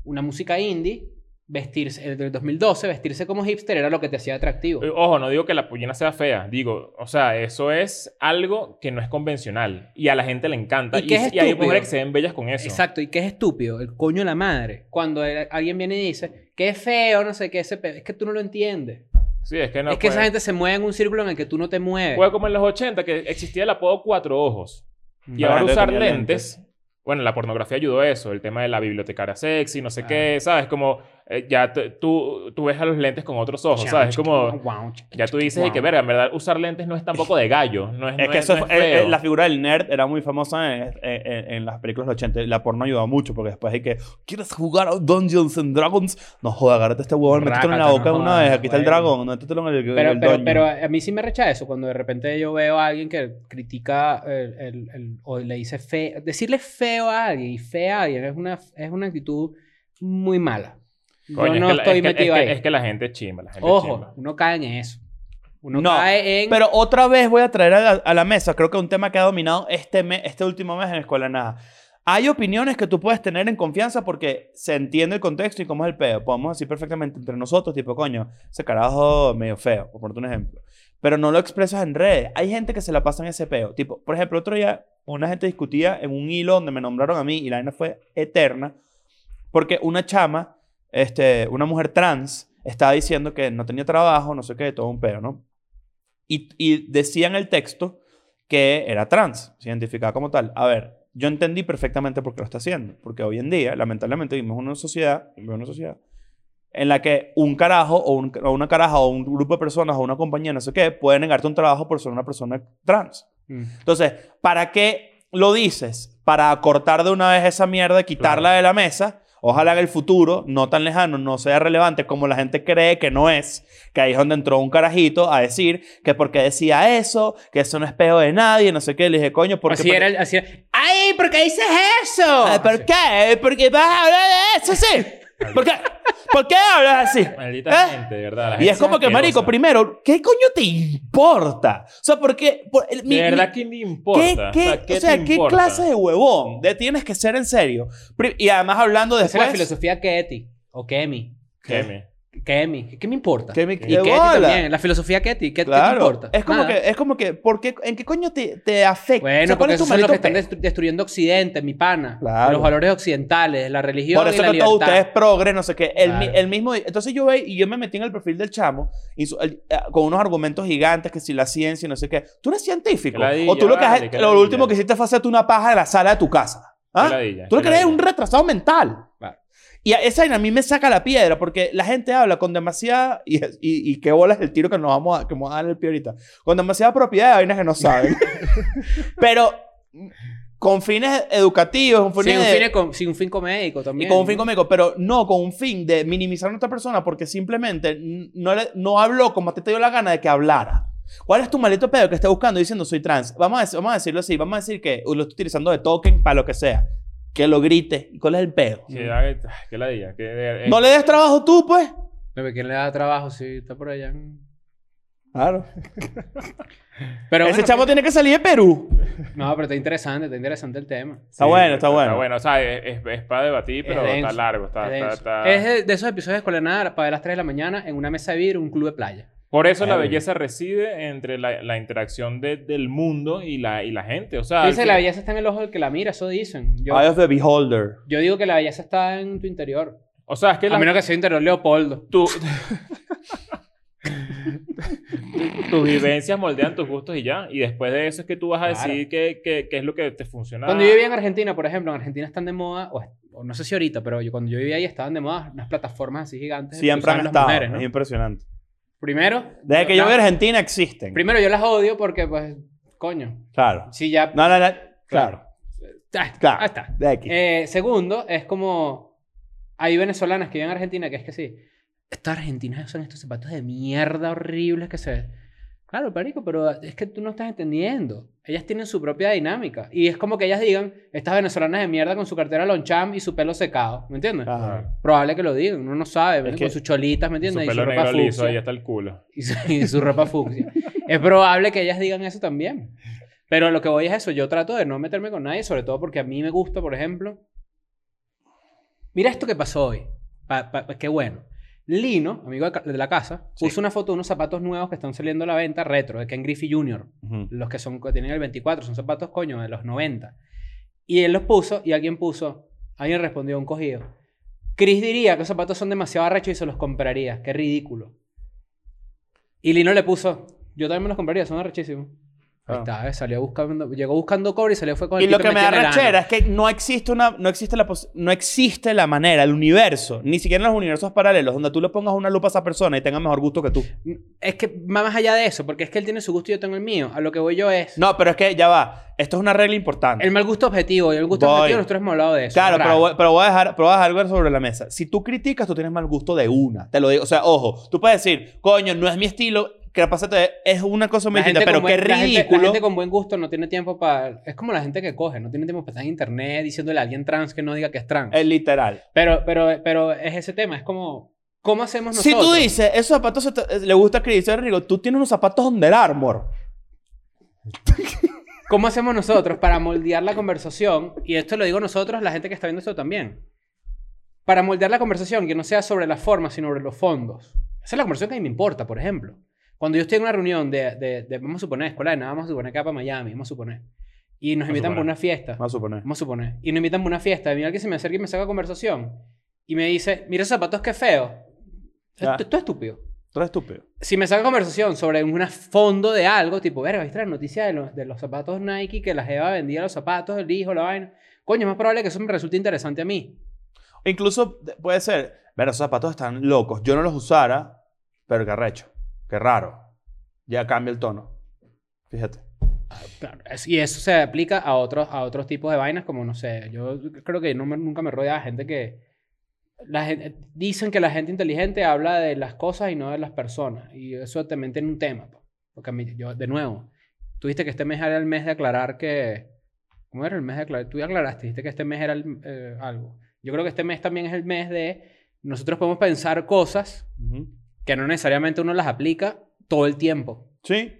Speaker 4: una música indie, vestirse, en el 2012, vestirse como hipster era lo que te hacía atractivo.
Speaker 2: Eh, Ojo, no digo que la pollina sea fea, digo, o sea, eso es algo que no es convencional y a la gente le encanta.
Speaker 4: Y que es
Speaker 2: hay
Speaker 4: estúpido.
Speaker 2: mujeres que se ven bellas con eso.
Speaker 4: Exacto, y que es estúpido, el coño de la madre. Cuando el- alguien viene y dice, que es feo, no sé qué, ese pe-". es que tú no lo entiendes.
Speaker 2: Sí, es que no.
Speaker 4: es que
Speaker 2: pues,
Speaker 4: esa gente se mueve en un círculo en el que tú no te mueves.
Speaker 2: Fue como en los 80 que existía el apodo cuatro ojos. Y
Speaker 3: Para
Speaker 2: ahora
Speaker 3: gente
Speaker 2: usar
Speaker 3: tenía
Speaker 2: lentes, Bueno, la pornografía ayudó a eso. El tema de la bibliotecaria sexy,
Speaker 3: Ah.
Speaker 2: no sé qué, ¿sabes? Como eh, ya t- tú, tú ves a los lentes con otros ojos, ¿sabes? Es como. Ya tú dices, y que verga, en verdad, usar lentes no es tampoco de gallo. No es,
Speaker 3: Es
Speaker 2: no
Speaker 3: que eso
Speaker 2: no
Speaker 3: fue- eh, eh,
Speaker 2: feo.
Speaker 3: la figura del nerd era muy famosa en, en- en- en las películas de los 80. La porno ayudó mucho porque después hay que, ¿quieres jugar a Dungeons and Dragons? No joda, agárrate este huevón, métetelo en la
Speaker 4: Rácate, no
Speaker 3: boca de una
Speaker 4: jodas,
Speaker 3: vez. Aquí está el
Speaker 4: bueno.
Speaker 3: dragón, no métetelo en el, en
Speaker 4: Pero,
Speaker 3: el
Speaker 4: pero,
Speaker 3: dungeon.
Speaker 4: pero a mí sí me rechaza eso, cuando de repente yo veo a alguien que critica el- el- el- o le dice feo. Decirle feo a alguien y fea a alguien es una, es una actitud muy mala.
Speaker 2: Coño,
Speaker 4: yo
Speaker 2: es
Speaker 4: no
Speaker 2: que la-
Speaker 4: estoy
Speaker 2: es que-
Speaker 4: metido
Speaker 2: es
Speaker 4: ahí.
Speaker 2: que, es que la gente es chimba, la gente es
Speaker 4: Ojo,
Speaker 2: chimba.
Speaker 4: uno cae en eso. Uno
Speaker 3: No,
Speaker 4: cae en...
Speaker 3: Pero otra vez voy a traer a la, a la mesa, creo que un tema que ha dominado este, me- este último mes en Escuela de Nada. Hay opiniones que tú puedes tener en confianza porque se entiende el contexto y cómo es el peo. Podemos decir perfectamente entre nosotros, tipo, coño, ese carajo medio feo, por ponerte un ejemplo. Pero no lo expresas en redes. Hay gente que se la pasa en ese peo. Tipo, por ejemplo, otro día una gente discutía en un hilo donde me nombraron a mí y la vaina fue eterna porque una chama, este, una mujer trans, estaba diciendo que no tenía trabajo, no sé qué, todo un peo, ¿no? y, y decía en el texto que era trans, se identificaba como tal. A ver, yo entendí perfectamente por qué lo está haciendo, porque hoy en día, lamentablemente, vivimos en una sociedad, vivimos en una sociedad en la que un carajo o, un- o una caraja o un grupo de personas o una compañía, no sé qué, puede negarte un trabajo por ser una persona trans.
Speaker 4: Mm.
Speaker 3: Entonces, ¿para qué lo dices? Para acortar de una vez esa mierda, quitarla
Speaker 2: Claro.
Speaker 3: de la mesa. Ojalá que el futuro, no tan lejano, no sea relevante como la gente cree que no es. Que ahí es donde entró un carajito a decir que porque decía eso, que eso no es peo de nadie, no sé qué. Le dije, coño, ¿por qué?
Speaker 4: así era, el- así era, ¡Ay, por qué dices eso!
Speaker 2: Ah,
Speaker 3: Ay, Ah, ¿Por
Speaker 4: Así.
Speaker 3: qué? ¿Por qué vas a hablar de eso? Sí. ¿Por qué, ¿Por qué hablas así?
Speaker 2: Maldita
Speaker 3: ¿Eh?
Speaker 2: gente, de verdad. la
Speaker 3: Y
Speaker 2: gente
Speaker 3: es como que, marico,
Speaker 2: asquerosa.
Speaker 3: primero, ¿qué coño te importa? O sea, porque... Por, el- mi-
Speaker 2: De
Speaker 3: mi-
Speaker 2: verdad, ¿qué me importa?
Speaker 3: ¿Qué, qué-
Speaker 2: ¿qué
Speaker 3: o sea,
Speaker 2: te
Speaker 3: ¿qué
Speaker 2: importa?
Speaker 3: clase de huevón de tienes que ser en serio? Pri- Y además hablando
Speaker 4: Esa es la
Speaker 3: después...
Speaker 4: filosofía Ketty. O Kemi.
Speaker 2: ¿Qué me?
Speaker 4: Kemi. ¿Qué me importa?
Speaker 3: ¿Qué me-
Speaker 4: y
Speaker 3: qué
Speaker 4: Ketty
Speaker 3: bola?
Speaker 4: también. La filosofía Ketty. ¿Qué, qué
Speaker 3: Claro.
Speaker 4: te importa?
Speaker 3: Es como
Speaker 4: Nada.
Speaker 3: que, es como que, ¿por qué- ¿en qué coño te, te afecta? O
Speaker 4: Bueno,
Speaker 3: sea, ¿cuál
Speaker 4: porque
Speaker 3: es Eh, tu
Speaker 4: esos son los que
Speaker 3: maldito
Speaker 4: están
Speaker 3: pe-
Speaker 4: destru- destruyendo Occidente, mi pana.
Speaker 3: Claro.
Speaker 4: Los valores occidentales, la religión
Speaker 3: Por
Speaker 4: y
Speaker 3: eso
Speaker 4: la
Speaker 3: que todos
Speaker 4: libertad.
Speaker 3: ustedes progres, no sé qué. El, mi-
Speaker 4: Claro.
Speaker 3: el mismo... Entonces yo ve y yo me metí en el perfil del chamo y su- el- eh, con unos argumentos gigantes que si la ciencia y no sé qué. Tú eres científico.
Speaker 2: Que ladilla,
Speaker 3: o tú lo, que has-
Speaker 2: vale, que
Speaker 3: lo
Speaker 2: ladilla.
Speaker 3: último que hiciste fue hacerte una paja en la sala de tu casa. ¿Ah?
Speaker 2: Qué ladilla,
Speaker 3: Tú lo
Speaker 2: qué
Speaker 3: que eres es un
Speaker 2: ladilla.
Speaker 3: retrasado mental.
Speaker 4: Claro.
Speaker 3: Y a esa vaina a mí me saca la piedra porque la gente habla con demasiada. Y, y, y qué bola es el tiro que nos vamos a, que me va a dar el pie ahorita. Con demasiada propiedad de vainas que no saben. Pero con fines educativos, con fines.
Speaker 4: Sin un,
Speaker 3: de-
Speaker 4: fin eco- sin un fin comédico
Speaker 3: y
Speaker 4: también.
Speaker 3: con un fin conmigo, pero no con un fin de minimizar a otra persona porque simplemente n- no, le- no habló como a ti te dio la gana de que hablara. ¿Cuál es tu maldito pedo que está buscando diciendo soy trans? Vamos a, dec- vamos a decirlo así, vamos a decir que lo estoy utilizando de token para lo que sea. Que lo grite. ¿Cuál es el pedo?
Speaker 2: Sí, ay, ay, ¿Qué ladilla? ¿Qué, eh,
Speaker 3: No le des trabajo tú, pues.
Speaker 4: Bebé, ¿Quién le da trabajo si está por allá?
Speaker 3: Claro.
Speaker 4: Pero
Speaker 3: Ese
Speaker 4: bueno,
Speaker 3: chamo tiene que salir de Perú.
Speaker 4: No, pero está interesante, está interesante el tema.
Speaker 3: Está bueno, está bueno.
Speaker 2: Está bueno, o sea, es, es- es para debatir, pero
Speaker 4: Es
Speaker 2: está
Speaker 4: denso,
Speaker 2: largo. Está,
Speaker 4: es
Speaker 2: está-
Speaker 4: denso.
Speaker 2: está-
Speaker 4: Es de, de esos episodios de Escuela de Nada para ver las 3 de la mañana en una mesa de vidrio, un club de playa.
Speaker 2: Por eso la
Speaker 3: Claro.
Speaker 2: belleza reside entre la, la interacción de- del mundo y la, y la gente. O sea, al
Speaker 4: Dice, la
Speaker 2: fin-
Speaker 4: belleza está en el ojo del que la mira, eso dicen. Yo,
Speaker 3: Eye of the Beholder.
Speaker 4: yo digo que la belleza está en tu interior.
Speaker 2: o sea, es que
Speaker 4: A
Speaker 2: la,
Speaker 4: menos que sea interior Leopoldo.
Speaker 2: tu- tus vivencias moldean tus gustos y ya. Y después de eso es que tú vas a
Speaker 4: Claro.
Speaker 2: decidir qué, qué- qué es lo que te funciona.
Speaker 4: Cuando yo vivía en Argentina, por ejemplo, en Argentina están de moda, o, o no sé si ahorita, pero yo, cuando yo vivía ahí estaban de moda unas plataformas así gigantes. que
Speaker 3: Siempre
Speaker 4: usaban Eh, pues,
Speaker 3: han
Speaker 4: las
Speaker 3: estado.
Speaker 4: mujeres, ¿no?
Speaker 3: Es impresionante.
Speaker 4: Primero.
Speaker 3: Desde que yo
Speaker 4: la-
Speaker 3: vi Argentina existen.
Speaker 4: Primero yo las odio porque, pues, coño.
Speaker 3: Claro.
Speaker 4: Si ya.
Speaker 3: No, no, no. Claro.
Speaker 4: Ah,
Speaker 3: Claro.
Speaker 4: ahí está.
Speaker 3: De aquí.
Speaker 4: Eh, segundo, es como. Hay venezolanas que viven en Argentina que es que sí. Estas argentinas son estos zapatos de mierda horribles que se. Claro, Perico, pero es que tú no estás entendiendo. Ellas tienen su propia dinámica. Y es como que ellas digan, estas venezolanas de mierda con su cartera Longchamp y su pelo secado. ¿Me entiendes?
Speaker 3: Claro.
Speaker 4: Probable que lo digan, uno no sabe, ¿ven?
Speaker 3: que-
Speaker 4: con sus cholitas, ¿me
Speaker 2: su
Speaker 4: entiendes?
Speaker 2: pelo
Speaker 4: y su ropa
Speaker 2: negro liso, ahí
Speaker 4: fucsia.
Speaker 2: está el culo.
Speaker 4: Y su, y su ropa fucsia. es probable que ellas digan eso también. Pero lo que voy es eso, yo trato de no meterme con nadie, sobre todo porque a mí me gusta, por ejemplo. Mira esto que pasó hoy. Pa- pa- pa- qué bueno. Lino, amigo de ca- de la casa,
Speaker 2: Sí.
Speaker 4: puso una foto de unos zapatos nuevos que están saliendo a la venta retro, de Ken Griffey Jr.
Speaker 3: Ujú.
Speaker 4: Los que son, que tienen el 24, son zapatos, coño, de los 90. Y él los puso y alguien puso, alguien respondió un cogido. Chris diría que los zapatos son demasiado arrechos y se los compraría. Qué ridículo. Y Lino le puso, yo también me los compraría, son arrechísimos. Ahí
Speaker 3: Ah.
Speaker 4: está, ¿ves? salió buscando, llegó buscando cobre y salió fue con el
Speaker 3: Y lo
Speaker 4: tipo
Speaker 3: que me da
Speaker 4: metió en el ano.
Speaker 3: rechera es que no existe una, no existe la pos- no existe la manera, el universo, ni siquiera en los universos paralelos, donde tú le pongas una lupa a esa persona y tenga mejor gusto que tú.
Speaker 4: Mm, Es que va más allá de eso, porque es que él tiene su gusto y yo tengo el mío. A lo que voy yo es.
Speaker 3: No, pero es que ya va. Esto es una regla importante.
Speaker 4: El mal gusto objetivo. Y el gusto
Speaker 3: Voy.
Speaker 4: objetivo, nosotros hemos hablado de eso.
Speaker 3: Claro,
Speaker 4: es
Speaker 3: pero
Speaker 4: raro.
Speaker 3: voy, pero voy a dejar, pero voy a dejar algo sobre la mesa. Si tú criticas, tú tienes mal gusto de una. Te lo digo. O sea, ojo, tú puedes decir, coño, no es mi estilo, que la pasate es una cosa muy
Speaker 4: La gente
Speaker 3: distinta, pero
Speaker 4: con
Speaker 3: qué
Speaker 4: buen- la gente-
Speaker 3: ridículo.
Speaker 4: La gente, con buen gusto no tiene tiempo para. Es como la gente que coge, no tiene tiempo para estar en internet diciéndole a alguien trans que no diga que es trans.
Speaker 3: Es Eh, literal.
Speaker 4: Pero, pero, pero es ese tema, es como. ¿Cómo hacemos
Speaker 3: Si
Speaker 4: nosotros?
Speaker 3: tú dices, esos zapatos se te- le gusta a Cristian Rodrigo, tú tienes unos zapatos Under Armour.
Speaker 4: ¿Cómo hacemos nosotros para moldear la conversación? Y esto lo digo nosotros, la gente que está viendo esto también. Para moldear la conversación, que no sea sobre la forma, sino sobre los fondos. Esa es la conversación que a mí me importa, por ejemplo. Cuando yo estoy en una reunión de, de- de- vamos a suponer, escuela de nada, vamos a suponer acá para Miami, vamos a suponer. Y nos
Speaker 2: Vamos a
Speaker 4: invitan para
Speaker 2: suponer.
Speaker 4: una fiesta.
Speaker 3: Vamos a suponer.
Speaker 4: Vamos a suponer. Y nos invitan a una fiesta. Y mira que se me acerca y me saca conversación. Y me dice, mira esos zapatos que feo.
Speaker 3: Ya.
Speaker 4: Esto esto es estúpido
Speaker 3: Tú eres estúpido.
Speaker 4: si me saca conversación sobre un fondo de algo, tipo, verga, ¿viste la noticia de los, de los zapatos Nike que la Jeva vendía los zapatos, el hijo, la vaina? Coño, es más probable que eso me resulte interesante a mí.
Speaker 3: Incluso de- puede ser, pero esos zapatos están locos. Yo no los usara, pero qué arrecho. Qué raro. Ya cambia el tono. Fíjate.
Speaker 4: Claro, es- y eso se aplica a otros, a otros tipos de vainas, como no sé, yo creo que no me- nunca me rodea de gente que. La gente, dicen que la gente inteligente habla de las cosas y no de las personas. Y eso también tiene un tema. po. Porque a mí, yo, de nuevo, tuviste que este mes era el mes de aclarar que. ¿Cómo era el mes de aclarar? Tú ya aclaraste, dijiste que este mes era el, eh, algo. Yo creo que este mes también es el mes de. Nosotros podemos pensar cosas que no necesariamente uno las aplica todo el tiempo.
Speaker 3: Sí,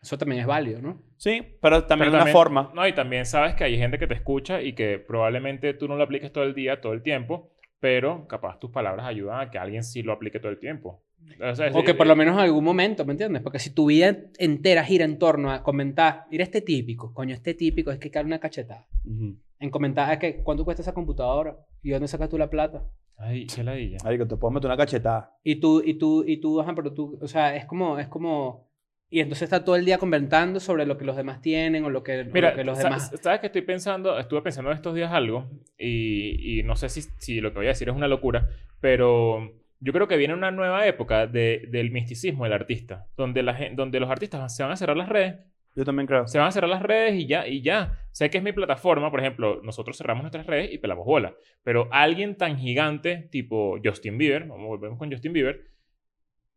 Speaker 4: Eso también es válido, ¿no?
Speaker 3: sí, pero también
Speaker 2: Pero
Speaker 3: una forma.
Speaker 2: No, y también sabes que hay gente que te escucha y que probablemente tú no lo apliques todo el día, todo el tiempo, pero capaz tus palabras ayudan a que alguien sí lo aplique todo el tiempo. O, sea, es-
Speaker 4: O que por lo menos en algún momento, ¿me entiendes? Porque si tu vida entera gira en torno a comentar, mira este típico, coño, este típico, es que cae una cachetada.
Speaker 3: Ujú.
Speaker 4: En comentar, es que, ¿cuánto cuesta esa computadora? ¿Y dónde sacas tú la plata?
Speaker 2: Ay, qué ladilla.
Speaker 3: Marico, te puedo meter una cachetada.
Speaker 4: Y tú, y tú, y tú, ajá, pero tú, o sea, es como, es como, y entonces está todo el día comentando sobre lo que los demás tienen o lo que, o lo
Speaker 2: Mira,
Speaker 4: que los
Speaker 2: sa-
Speaker 4: demás...
Speaker 2: sabes que estoy pensando, estuve pensando estos días algo y, y no sé si, si lo que voy a decir es una locura, pero yo creo que viene una nueva época de- del misticismo del artista, donde, la, gen- donde los artistas se van a cerrar las redes
Speaker 3: Yo también creo.
Speaker 2: se van a cerrar las redes y ya, y ya. Sé que es mi plataforma, por ejemplo, nosotros cerramos nuestras redes y pelamos bola. Pero alguien tan gigante, tipo Justin Bieber, vamos, volvemos con Justin Bieber.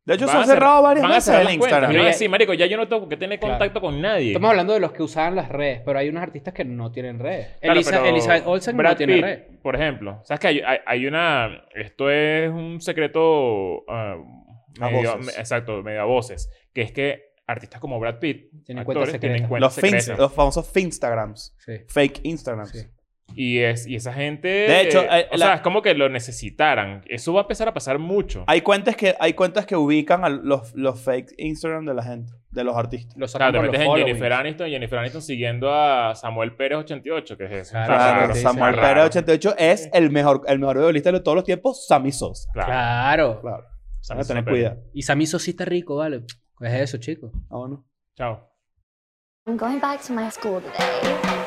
Speaker 3: De hecho,
Speaker 2: van
Speaker 3: se han
Speaker 2: a cerrar-
Speaker 3: cerrado varias
Speaker 2: van a
Speaker 3: veces
Speaker 2: cerrar
Speaker 3: el
Speaker 2: las cuentas.
Speaker 3: Instagram.
Speaker 2: Y van a
Speaker 4: Mira,
Speaker 2: decir, marico, ya yo no tengo que tener
Speaker 4: Claro.
Speaker 2: contacto con nadie.
Speaker 4: Estamos hablando de los que usaban las redes, pero hay unos artistas que no tienen redes.
Speaker 2: Claro,
Speaker 4: Elisa-
Speaker 2: pero
Speaker 4: Elizabeth Olsen
Speaker 2: Brad
Speaker 4: no tiene
Speaker 2: Pitt,
Speaker 4: redes.
Speaker 2: Por ejemplo, sabes que hay, hay- hay una. Esto es un secreto. ah,
Speaker 3: A
Speaker 2: medio-
Speaker 3: voces.
Speaker 2: me- exacto, medio a voces. Que es que artistas como Brad Pitt,
Speaker 4: Tienen
Speaker 2: actores,
Speaker 4: cuentas
Speaker 2: tienen
Speaker 4: secretas.
Speaker 2: cuentas
Speaker 3: Los, fins-
Speaker 2: secretas.
Speaker 3: los famosos Finstagrams.
Speaker 4: Sí.
Speaker 3: Fake Instagrams.
Speaker 4: Sí.
Speaker 2: Y, es, y esa gente.
Speaker 3: De hecho, eh,
Speaker 2: o
Speaker 3: la-
Speaker 2: sea, es como que lo necesitaran. Eso va a empezar a pasar mucho.
Speaker 3: Hay, cuentas que, hay cuentas que ubican a los, los fake Instagram de la gente, de los artistas.
Speaker 4: Los sacan
Speaker 2: Claro, te
Speaker 4: por los
Speaker 2: metes en
Speaker 4: followings.
Speaker 2: Jennifer Aniston y Jennifer Aniston siguiendo a Samuel Pérez 88, que es eso.
Speaker 4: Claro,
Speaker 2: Está
Speaker 3: Claro,
Speaker 4: sí, sí,
Speaker 3: Samuel
Speaker 2: está
Speaker 4: claro.
Speaker 3: Pérez
Speaker 2: raro.
Speaker 3: 88 es el mejor, el mejor beisbolista de todos los tiempos, Sammy Sosa.
Speaker 2: Claro.
Speaker 4: Claro.
Speaker 3: Claro. Hay
Speaker 2: Sammy
Speaker 3: que tener
Speaker 2: Sosa Pérez.
Speaker 3: cuidado.
Speaker 4: Y Sammy Sosita rico, vale. ¿Qué es eso, chico?
Speaker 3: Ah, bueno.
Speaker 2: Chao.
Speaker 1: I'm going back to my school today.